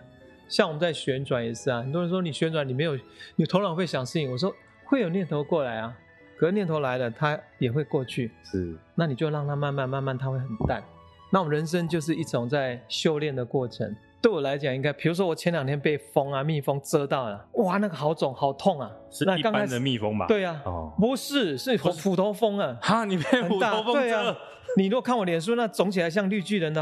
[SPEAKER 4] 像我们在旋转也是啊，很多人说你旋转你没有，你头脑会想事情，我说会有念头过来啊，可是念头来了它也会过去，
[SPEAKER 6] 是，
[SPEAKER 4] 那你就让它慢慢慢慢，它会很淡。那我们人生就是一种在修炼的过程。对我来讲，应该比如说我前两天被风啊、蜜蜂蛰到了，哇，那个好肿，好痛啊！
[SPEAKER 6] 是
[SPEAKER 4] 那
[SPEAKER 6] 一
[SPEAKER 4] 刚开
[SPEAKER 6] 般
[SPEAKER 4] 始
[SPEAKER 6] 的蜜蜂吧？
[SPEAKER 4] 对啊，
[SPEAKER 6] 哦
[SPEAKER 4] 不是，是
[SPEAKER 6] 不是
[SPEAKER 4] 普头蜂啊，
[SPEAKER 6] 哈，你被
[SPEAKER 4] 很
[SPEAKER 6] 虎
[SPEAKER 4] 大
[SPEAKER 6] 头蜂
[SPEAKER 4] 对
[SPEAKER 6] 蛰
[SPEAKER 4] 啊，。你如果看我脸书，那肿起来像绿巨人的，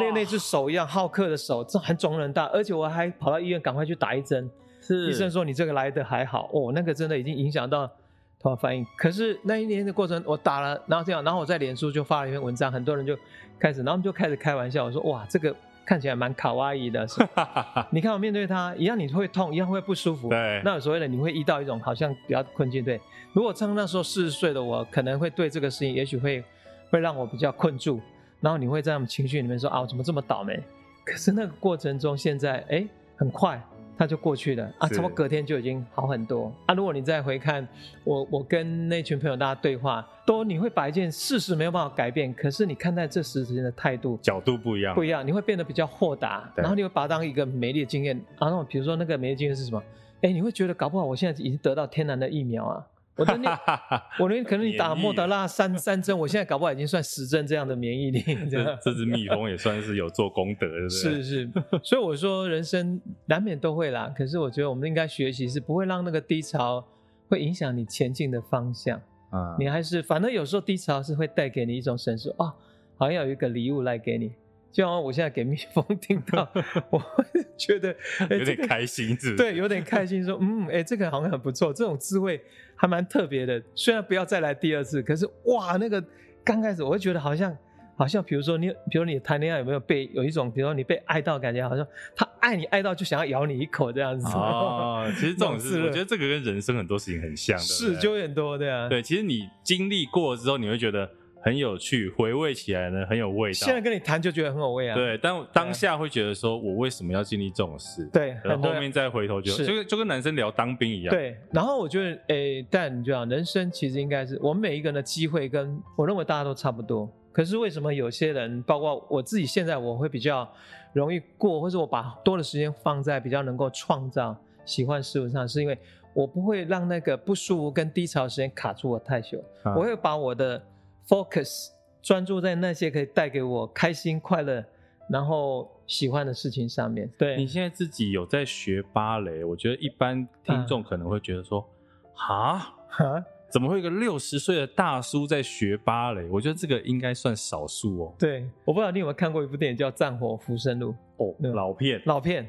[SPEAKER 4] 那那只手一样，浩克的手，这很肿很大，而且我还跑到医院赶快去打一针。
[SPEAKER 6] 是
[SPEAKER 4] 医生说你这个来的还好，哦，那个真的已经影响到头脑反应。可是那一年的过程，我打了，然后这样，然后我在脸书就发了一篇文章，很多人就开始，然后他们就开始开玩笑，我说哇，这个看起来蛮卡哇 伊的，是你看我面对它一样，你会痛，一样会不舒服。
[SPEAKER 2] 对
[SPEAKER 4] 那所谓的你会遇到一种好像比较困境。对，如果像那时候四十岁的我，可能会对这个事情，也许会会让我比较困住，然后你会在我们情绪里面说啊，我怎么这么倒霉？可是那个过程中，现在哎，很快它就过去了啊，
[SPEAKER 2] 是
[SPEAKER 4] 差不多隔天就已经好很多啊。如果你再回看我，我跟那群朋友大家对话，都你会把一件事实没有办法改变，可是你看待这事情的态度
[SPEAKER 2] 角度不一样，
[SPEAKER 4] 不一样，你会变得比较豁达，
[SPEAKER 2] 对
[SPEAKER 4] 然后你会把它当一个美丽的经验啊。那我比如说那个美丽经验是什么？哎，你会觉得搞不好我现在已经得到天然的疫苗啊。我的那我那可能你打
[SPEAKER 2] 免疫
[SPEAKER 4] 莫德纳三三针，我现在搞不好已经算十针这样的免疫力，这
[SPEAKER 2] 这
[SPEAKER 4] 样
[SPEAKER 2] 这只蜜蜂也算是有做功德，对不对？
[SPEAKER 4] 是是，所以我说人生难免都会啦。可是我觉得我们应该学习是不会让那个低潮会影响你前进的方向。
[SPEAKER 2] 啊，
[SPEAKER 4] 你还是反正有时候低潮是会带给你一种神说啊，好像有一个礼物来给你。就好像我现在给蜜蜂听 到，我会觉得、哎
[SPEAKER 2] 有
[SPEAKER 4] 这
[SPEAKER 2] 点
[SPEAKER 4] 个
[SPEAKER 2] 开心，是不是？
[SPEAKER 4] 对，有点开心说，嗯，哎、这个好像很不错，这种滋味还蛮特别的。虽然不要再来第二次，可是哇，那个刚开始我会觉得好像，好像比如说你，比如你谈恋爱有没有被有一种，比如说你被爱到，感觉好像他爱你爱到就想要咬你一口这样子。
[SPEAKER 2] 哦，其实这种
[SPEAKER 4] 忘记
[SPEAKER 2] 事，
[SPEAKER 4] 了
[SPEAKER 2] 我觉得这个跟人生很多事情很像，对不
[SPEAKER 4] 是
[SPEAKER 2] 对
[SPEAKER 4] 就会很多对啊。
[SPEAKER 2] 对。其实你经历过之后，你会觉得很有趣，回味起来呢很有味道
[SPEAKER 4] 现。在跟你谈就觉得很有味啊。
[SPEAKER 2] 对，但当下会觉得说，我为什么要经历这种事？
[SPEAKER 4] 对，
[SPEAKER 2] 然
[SPEAKER 4] 很
[SPEAKER 2] 后
[SPEAKER 4] 多
[SPEAKER 2] 后
[SPEAKER 4] 人
[SPEAKER 2] 面再回头就是就跟就跟男生聊当兵一样，，
[SPEAKER 4] 对，然后我觉得，诶、但你知道，人生其实应该是我们每一个人的机会跟我认为大家都差不多。可是为什么有些人，包括我自己，现在我会比较容易过，或者我把多的时间放在比较能够创造喜欢事物上，是因为我不会让那个不舒服跟低潮的时间卡住我太久，
[SPEAKER 2] 啊
[SPEAKER 4] 我会把我的 focus 专注在那些可以带给我开心、快乐，然后喜欢的事情上面。对，
[SPEAKER 2] 你现在自己有在学芭蕾，我觉得一般听
[SPEAKER 4] 嗯
[SPEAKER 2] 众可能会觉得说，啊，
[SPEAKER 4] 啊，
[SPEAKER 2] 怎么会有一个六十岁的大叔在学芭蕾？我觉得这个应该算少数哦。
[SPEAKER 4] 对，我不知道你有没有看过一部电影叫《战火浮生录》。
[SPEAKER 2] 哦，
[SPEAKER 4] 对
[SPEAKER 2] 老片，
[SPEAKER 4] 老片，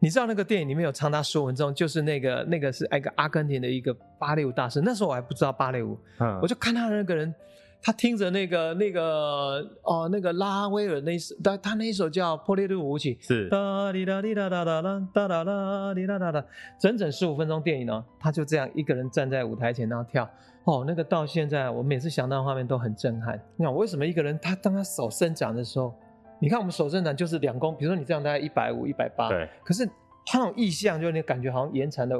[SPEAKER 4] 你知道那个电影里面有长达十五分钟，就是那个那个是一个阿根廷的一个芭蕾舞大师，那时候我还不知道芭蕾舞，
[SPEAKER 2] 嗯
[SPEAKER 4] 我就看他那个人，他听着那个那个哦那个拉威尔那一首，他他那一首叫《波列日舞曲》，
[SPEAKER 2] 是
[SPEAKER 4] 哒滴哒滴哒哒哒哒哒哒哒滴哒哒哒，整整十五分钟电影哦，他就这样一个人站在舞台前，然后跳。哦，那个到现在我每次想到的画面都很震撼。你想为什么一个人他当他手伸展的时候，你看我们手伸展就是两公，比如说你这样大概一百五、一百八，
[SPEAKER 2] 对，
[SPEAKER 4] 可是他那种意象就是你感觉好像延长的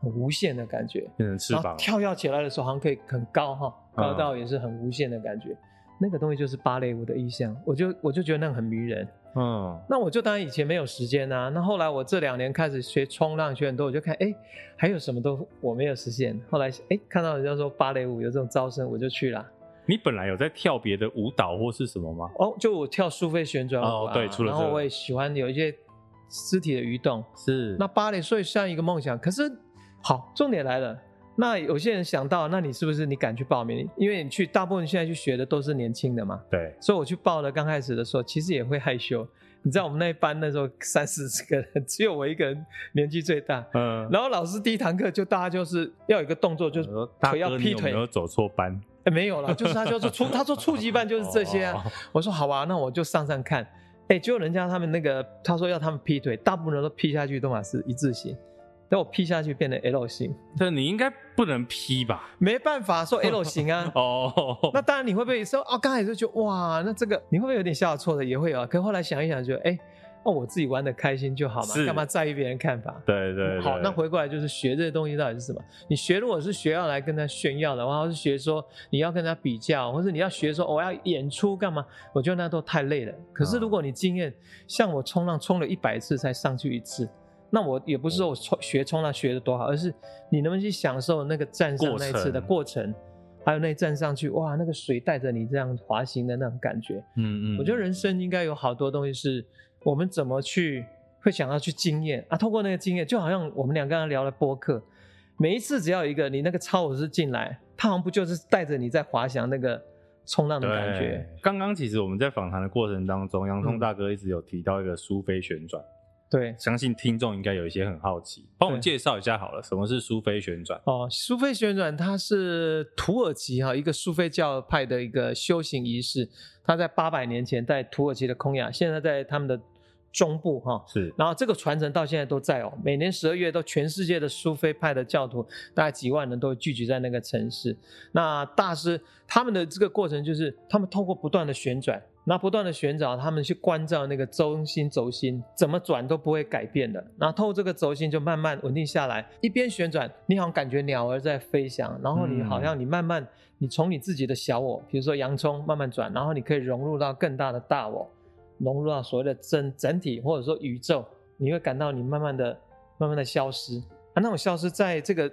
[SPEAKER 4] 很无限的感觉。
[SPEAKER 2] 变成翅
[SPEAKER 4] 然
[SPEAKER 2] 膀
[SPEAKER 4] 后
[SPEAKER 2] 了，
[SPEAKER 4] 跳跃起来的时候好像可以很高哈，
[SPEAKER 2] 嗯
[SPEAKER 4] 高到也是很无限的感觉。那个东西就是芭蕾舞的意象，我就我就觉得那个很迷人。
[SPEAKER 2] 嗯，
[SPEAKER 4] 那我就当然以前没有时间啊，那后来我这两年开始学冲浪，学很多，我就看哎，诶还有什么都我没有实现。后来哎，看到人家说芭蕾舞有这种招生，我就去了。
[SPEAKER 2] 你本来有在跳别的舞蹈或是什么吗？
[SPEAKER 4] 哦，就我跳苏菲旋转舞、
[SPEAKER 2] 哦
[SPEAKER 4] 啊
[SPEAKER 2] 对除了
[SPEAKER 4] 然
[SPEAKER 2] 这
[SPEAKER 4] 后
[SPEAKER 2] 个
[SPEAKER 4] 我也喜欢有一些肢体的移动。
[SPEAKER 2] 是
[SPEAKER 4] 那芭蕾所以算一个梦想，可是好，重点来了。那有些人想到，那你是不是你敢去报名？因为你去大部分现在去学的都是年轻的嘛，
[SPEAKER 2] 对，
[SPEAKER 4] 所以我去报了。刚开始的时候，其实也会害羞。你知道我们那一班那时候三四十个人，只有我一个人年纪最大。
[SPEAKER 2] 嗯，
[SPEAKER 4] 然后老师第一堂课就大家就是要有一个动作，就是
[SPEAKER 2] 我说呃大
[SPEAKER 4] 腿要
[SPEAKER 2] 哥，你
[SPEAKER 4] 劈
[SPEAKER 2] 有没
[SPEAKER 4] 腿。
[SPEAKER 2] 有走错班？
[SPEAKER 4] 哎没有啦，就是他就是 初，他说初级班就是这些啊。
[SPEAKER 2] 哦
[SPEAKER 4] 我说好啊，那我就上上看。哎、结果人家他们那个，他说要他们劈腿，大部分人都劈下去都嘛是一字形，但我劈下去变成 L 型，
[SPEAKER 2] 但你应该不能劈吧？。
[SPEAKER 4] 没办法说 L 型啊
[SPEAKER 2] 哦，
[SPEAKER 4] 那当然你会不会说哦，刚开始就觉得哇，那这个你会不会有点小小挫折？也会有啊。可后来想一想就，哎，那我自己玩的开心就好嘛，
[SPEAKER 2] 是
[SPEAKER 4] 干嘛在意别人看法？
[SPEAKER 2] 对对对，
[SPEAKER 4] 好，那回过来就是学这些东西到底是什么？你学如果是学要来跟他炫耀的话，或是学说你要跟他比较，或是你要学说、哦我要演出干嘛？我觉得那都太累了。可
[SPEAKER 2] 啊
[SPEAKER 4] 是如果你经验，像我冲浪冲了一百次才上去一次，那我也不是
[SPEAKER 2] 嗯
[SPEAKER 4] 说我冲学冲浪学的多好，而是你能不能去享受那个站上
[SPEAKER 2] 过
[SPEAKER 4] 那一
[SPEAKER 2] 程
[SPEAKER 4] 次的过程，还有那一站上去哇，那个水带着你这样滑行的那种感觉。
[SPEAKER 2] 嗯嗯，
[SPEAKER 4] 我觉得人生应该有好多东西是我们怎么去会想要去经验啊，透过那个经验，就好像我们俩刚刚聊的播客，每一次只要有一个你那个超我是进来，他好像不就是带着你在滑翔那个冲浪的
[SPEAKER 2] 对
[SPEAKER 4] 感觉？。
[SPEAKER 2] 刚刚其实我们在访谈的过程当中，洋
[SPEAKER 4] 嗯
[SPEAKER 2] 葱大哥一直有提到一个苏菲旋转，
[SPEAKER 4] 对，
[SPEAKER 2] 相信听众应该有一些很好奇，帮我们
[SPEAKER 4] 对
[SPEAKER 2] 介绍一下好了，什么是苏菲旋转？
[SPEAKER 4] 哦，苏菲旋转它是土耳其哈一个苏菲教派的一个修行仪式，它在八百年前在土耳其的空雅，现在在他们的中部哈。
[SPEAKER 2] 是
[SPEAKER 4] 然后这个传承到现在都在哦，每年十二月都全世界的苏菲派的教徒，大概几万人都聚集在那个城市。那大师他们的这个过程就是，他们透过不断的旋转，那不断的旋转，他们去关照那个中心轴心，怎么转都不会改变的。然后透过这个轴心就慢慢稳定下来，一边旋转，你好像感觉鸟儿在飞翔，然后你好像你慢慢，你从你自己的小我，比如说洋葱慢慢转，然后你可以融入到更大的大我。融入到所谓的整整体或者说宇宙，你会感到你慢慢的、慢慢的消失啊。那种消失在这个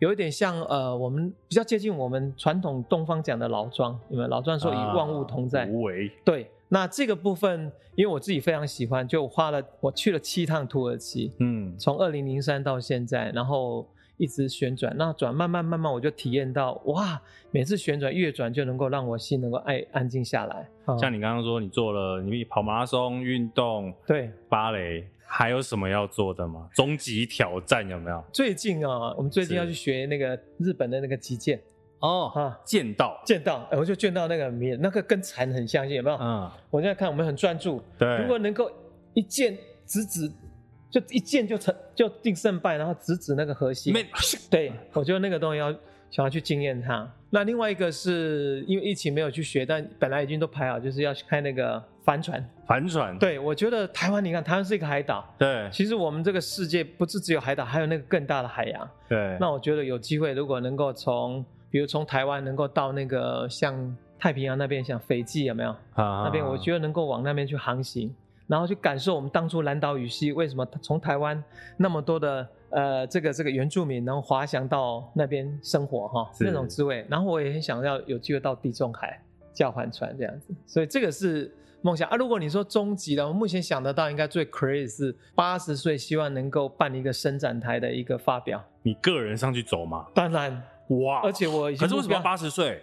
[SPEAKER 4] 有一点像呃，我们比较接近我们传统东方讲的老庄，你们老庄说与万物同在，
[SPEAKER 2] 啊无为，
[SPEAKER 4] 对。那这个部分，因为我自己非常喜欢，就我花了我去了七趟土耳其，
[SPEAKER 2] 嗯，
[SPEAKER 4] 从二零零三到现在，然后一直旋转，那转慢慢慢慢，我就体验到哇，每次旋转越转就能够让我心能够爱安静下来。啊
[SPEAKER 2] 像你刚刚说，你做了你跑马拉松、运动、
[SPEAKER 4] 对，
[SPEAKER 2] 芭蕾，还有什么要做的吗？终极挑战有没有？
[SPEAKER 4] 最近啊，我们最
[SPEAKER 2] 是
[SPEAKER 4] 近要去学那个日本的那个击剑
[SPEAKER 2] 哦，
[SPEAKER 4] 啊，
[SPEAKER 2] 剑道，
[SPEAKER 4] 剑道，哎我就见到那个名，那个跟禅很相近，有没有？
[SPEAKER 2] 嗯，
[SPEAKER 4] 我现在看我们很专注，
[SPEAKER 2] 对，
[SPEAKER 4] 如果能够一剑直指，就一剑就成就定胜败，然后直指那个核心，
[SPEAKER 2] 没
[SPEAKER 4] 对，我觉得那个东西要想要去经验它。那另外一个是因为疫情没有去学，但本来已经都排好，就是要去开那个帆船。
[SPEAKER 2] 反转，
[SPEAKER 4] 对，我觉得台湾，你看台湾是一个海岛，
[SPEAKER 2] 对
[SPEAKER 4] 其实我们这个世界不是只有海岛，还有那个更大的海洋。
[SPEAKER 2] 对，
[SPEAKER 4] 那我觉得有机会，如果能够从，比如从台湾能够到那个像太平洋那边，像斐济有没有？
[SPEAKER 2] 那
[SPEAKER 4] 那边我觉得能够往那边去航行，然后去感受我们当初蓝岛语系为什么从台湾那么多的呃这个这个原住民，然后滑翔到那边生活哈，
[SPEAKER 2] 是
[SPEAKER 4] 那种滋味。然后我也很想要有机会到地中海叫帆船这样子，所以这个是。梦想啊！如果你说终极的，我目前想得到应该最 crazy 是八十岁，希望能够办一个伸展台的一个发表。
[SPEAKER 2] 你个人上去走嘛，
[SPEAKER 4] 当然，
[SPEAKER 2] 哇，
[SPEAKER 4] 而且我已经
[SPEAKER 2] 可是为什
[SPEAKER 4] 目
[SPEAKER 2] 么
[SPEAKER 4] 标
[SPEAKER 2] 八十岁？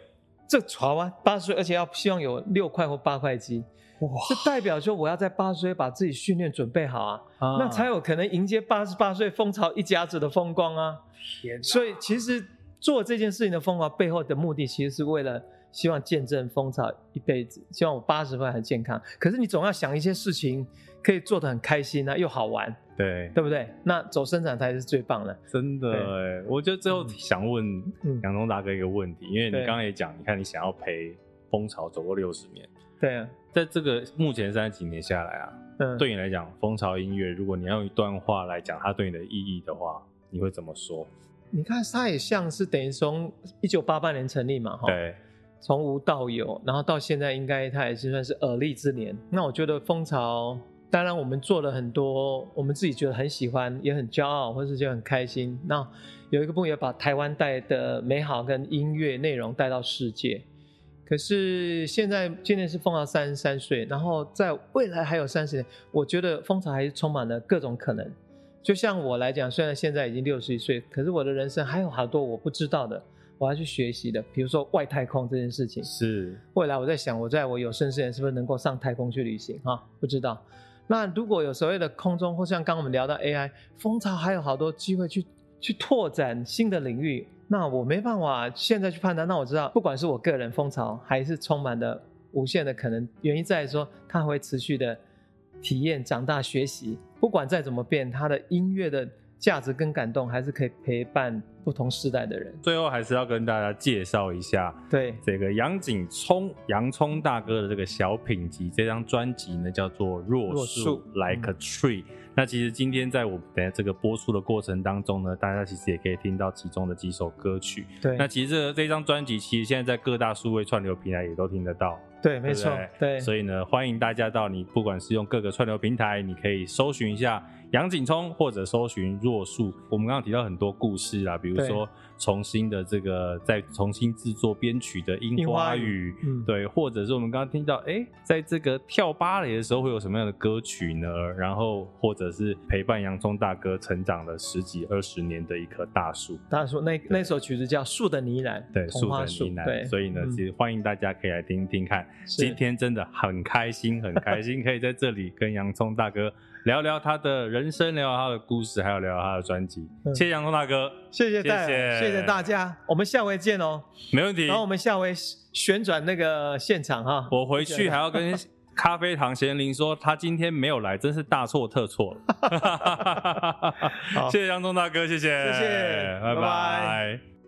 [SPEAKER 4] 这船湾八十岁，而且要希望有六块或八块肌，
[SPEAKER 2] 哇
[SPEAKER 4] 这代表说我要在八十岁把自己训练准备好啊，那才
[SPEAKER 2] 有
[SPEAKER 4] 有可能迎接八十八岁风潮一家子的风光啊。
[SPEAKER 2] 天
[SPEAKER 4] 所以其实做这件事情的风潮背后的目的，其实是为了希望见证风潮一辈子，希望我八十岁很健康。可是你总要想一些事情可以做得很开心啊，又好玩，
[SPEAKER 2] 对，
[SPEAKER 4] 对不对？那走生产台是最棒的，
[SPEAKER 2] 真的哎，我就最后想问
[SPEAKER 4] 嗯
[SPEAKER 2] 杨东达哥一个问题，因为你
[SPEAKER 4] 对
[SPEAKER 2] 刚刚也讲，你看你想要陪蜂巢走过六十年，
[SPEAKER 4] 对啊，
[SPEAKER 2] 在这个目前三十几年下来啊，
[SPEAKER 4] 嗯，
[SPEAKER 2] 对你来讲，蜂巢音乐，如果你要用一段话来讲它对你的意义的话，你会怎么说？
[SPEAKER 4] 你看它也像是等于从一九八八年成立嘛，哈，
[SPEAKER 2] 对，
[SPEAKER 4] 从无到有，然后到现在应该它也是算是耳力之年。那我觉得蜂巢，当然我们做了很多，我们自己觉得很喜欢，也很骄傲，或是就很开心。那有一个部分也把台湾带的美好跟音乐内容带到世界。可是现在今年是蜂巢三十三岁，然后在未来还有三十年，我觉得蜂巢还是充满了各种可能。就像我来讲，虽然现在已经六十一岁，可是我的人生还有好多我不知道的，我要去学习的。比如说外太空这件事情，
[SPEAKER 2] 是
[SPEAKER 4] 未来我在想，我在我有生之年是不是能够上太空去旅行哈？不知道。那如果有所谓的空中，或像刚刚我们聊到 AI，蜂巢还有好多机会去去拓展新的领域。那我没办法现在去判断。那我知道，不管是我个人蜂巢，还是充满了无限的可能。原因在于说，它会持续的体验、长大、学习。不管再怎么变，它的音乐的价值跟感动，还是可以陪伴不同时代的人。
[SPEAKER 2] 最后还是要跟大家介绍一下
[SPEAKER 4] 对，
[SPEAKER 2] 这个杨景聪洋葱大哥的这个小品集，这张专辑呢叫做《若
[SPEAKER 4] 若
[SPEAKER 2] 树
[SPEAKER 4] 树嗯
[SPEAKER 2] Like a Tree》。那其实今天在我们的这个播出的过程当中呢，大家其实也可以听到其中的几首歌曲。
[SPEAKER 4] 对，
[SPEAKER 2] 那其实这这张专辑其实现在在各大数位串流平台也都听得到，
[SPEAKER 4] 对，
[SPEAKER 2] 对
[SPEAKER 4] 没
[SPEAKER 2] 不
[SPEAKER 4] 错，对，
[SPEAKER 2] 所以呢，欢迎大家到你不管是用各个串流平台，你可以搜寻一下杨景聪，或者搜寻若树。我们刚刚提到很多故事啦，比如
[SPEAKER 4] 对
[SPEAKER 2] 说重新的这个再重新制作编曲的《樱
[SPEAKER 4] 樱
[SPEAKER 2] 花
[SPEAKER 4] 花
[SPEAKER 2] 雨》
[SPEAKER 4] 嗯
[SPEAKER 2] 对，或者是我们刚刚听到，哎，在这个跳芭蕾的时候会有什么样的歌曲呢？然后或者是陪伴洋葱大哥成长了十几二十年的一棵大树。
[SPEAKER 4] 大叔，那那首曲子叫《树的呢喃》，
[SPEAKER 2] 对，
[SPEAKER 4] 桐花
[SPEAKER 2] 的
[SPEAKER 4] 树，
[SPEAKER 2] 呢
[SPEAKER 4] 对，
[SPEAKER 2] 喃，所以呢，
[SPEAKER 4] 嗯
[SPEAKER 2] 其实欢迎大家可以来听听看。
[SPEAKER 4] 是
[SPEAKER 2] 今天真的很开心，很开心，可以在这里跟洋葱大哥聊聊他的人生，聊聊他的故事，还有聊聊他的专辑。
[SPEAKER 4] 嗯
[SPEAKER 2] 谢谢洋葱大哥，
[SPEAKER 4] 谢谢戴
[SPEAKER 2] 谢
[SPEAKER 4] 尔，谢谢大家，我们下回见哦。
[SPEAKER 2] 没问题
[SPEAKER 4] 然。后我们下回旋转那个现场哈，
[SPEAKER 2] 我回去还要跟咖啡糖贤玲说他今天没有来，真是大错特错 了。谢谢杨忠大哥，谢谢，
[SPEAKER 4] 谢谢
[SPEAKER 2] 拜拜
[SPEAKER 4] 拜拜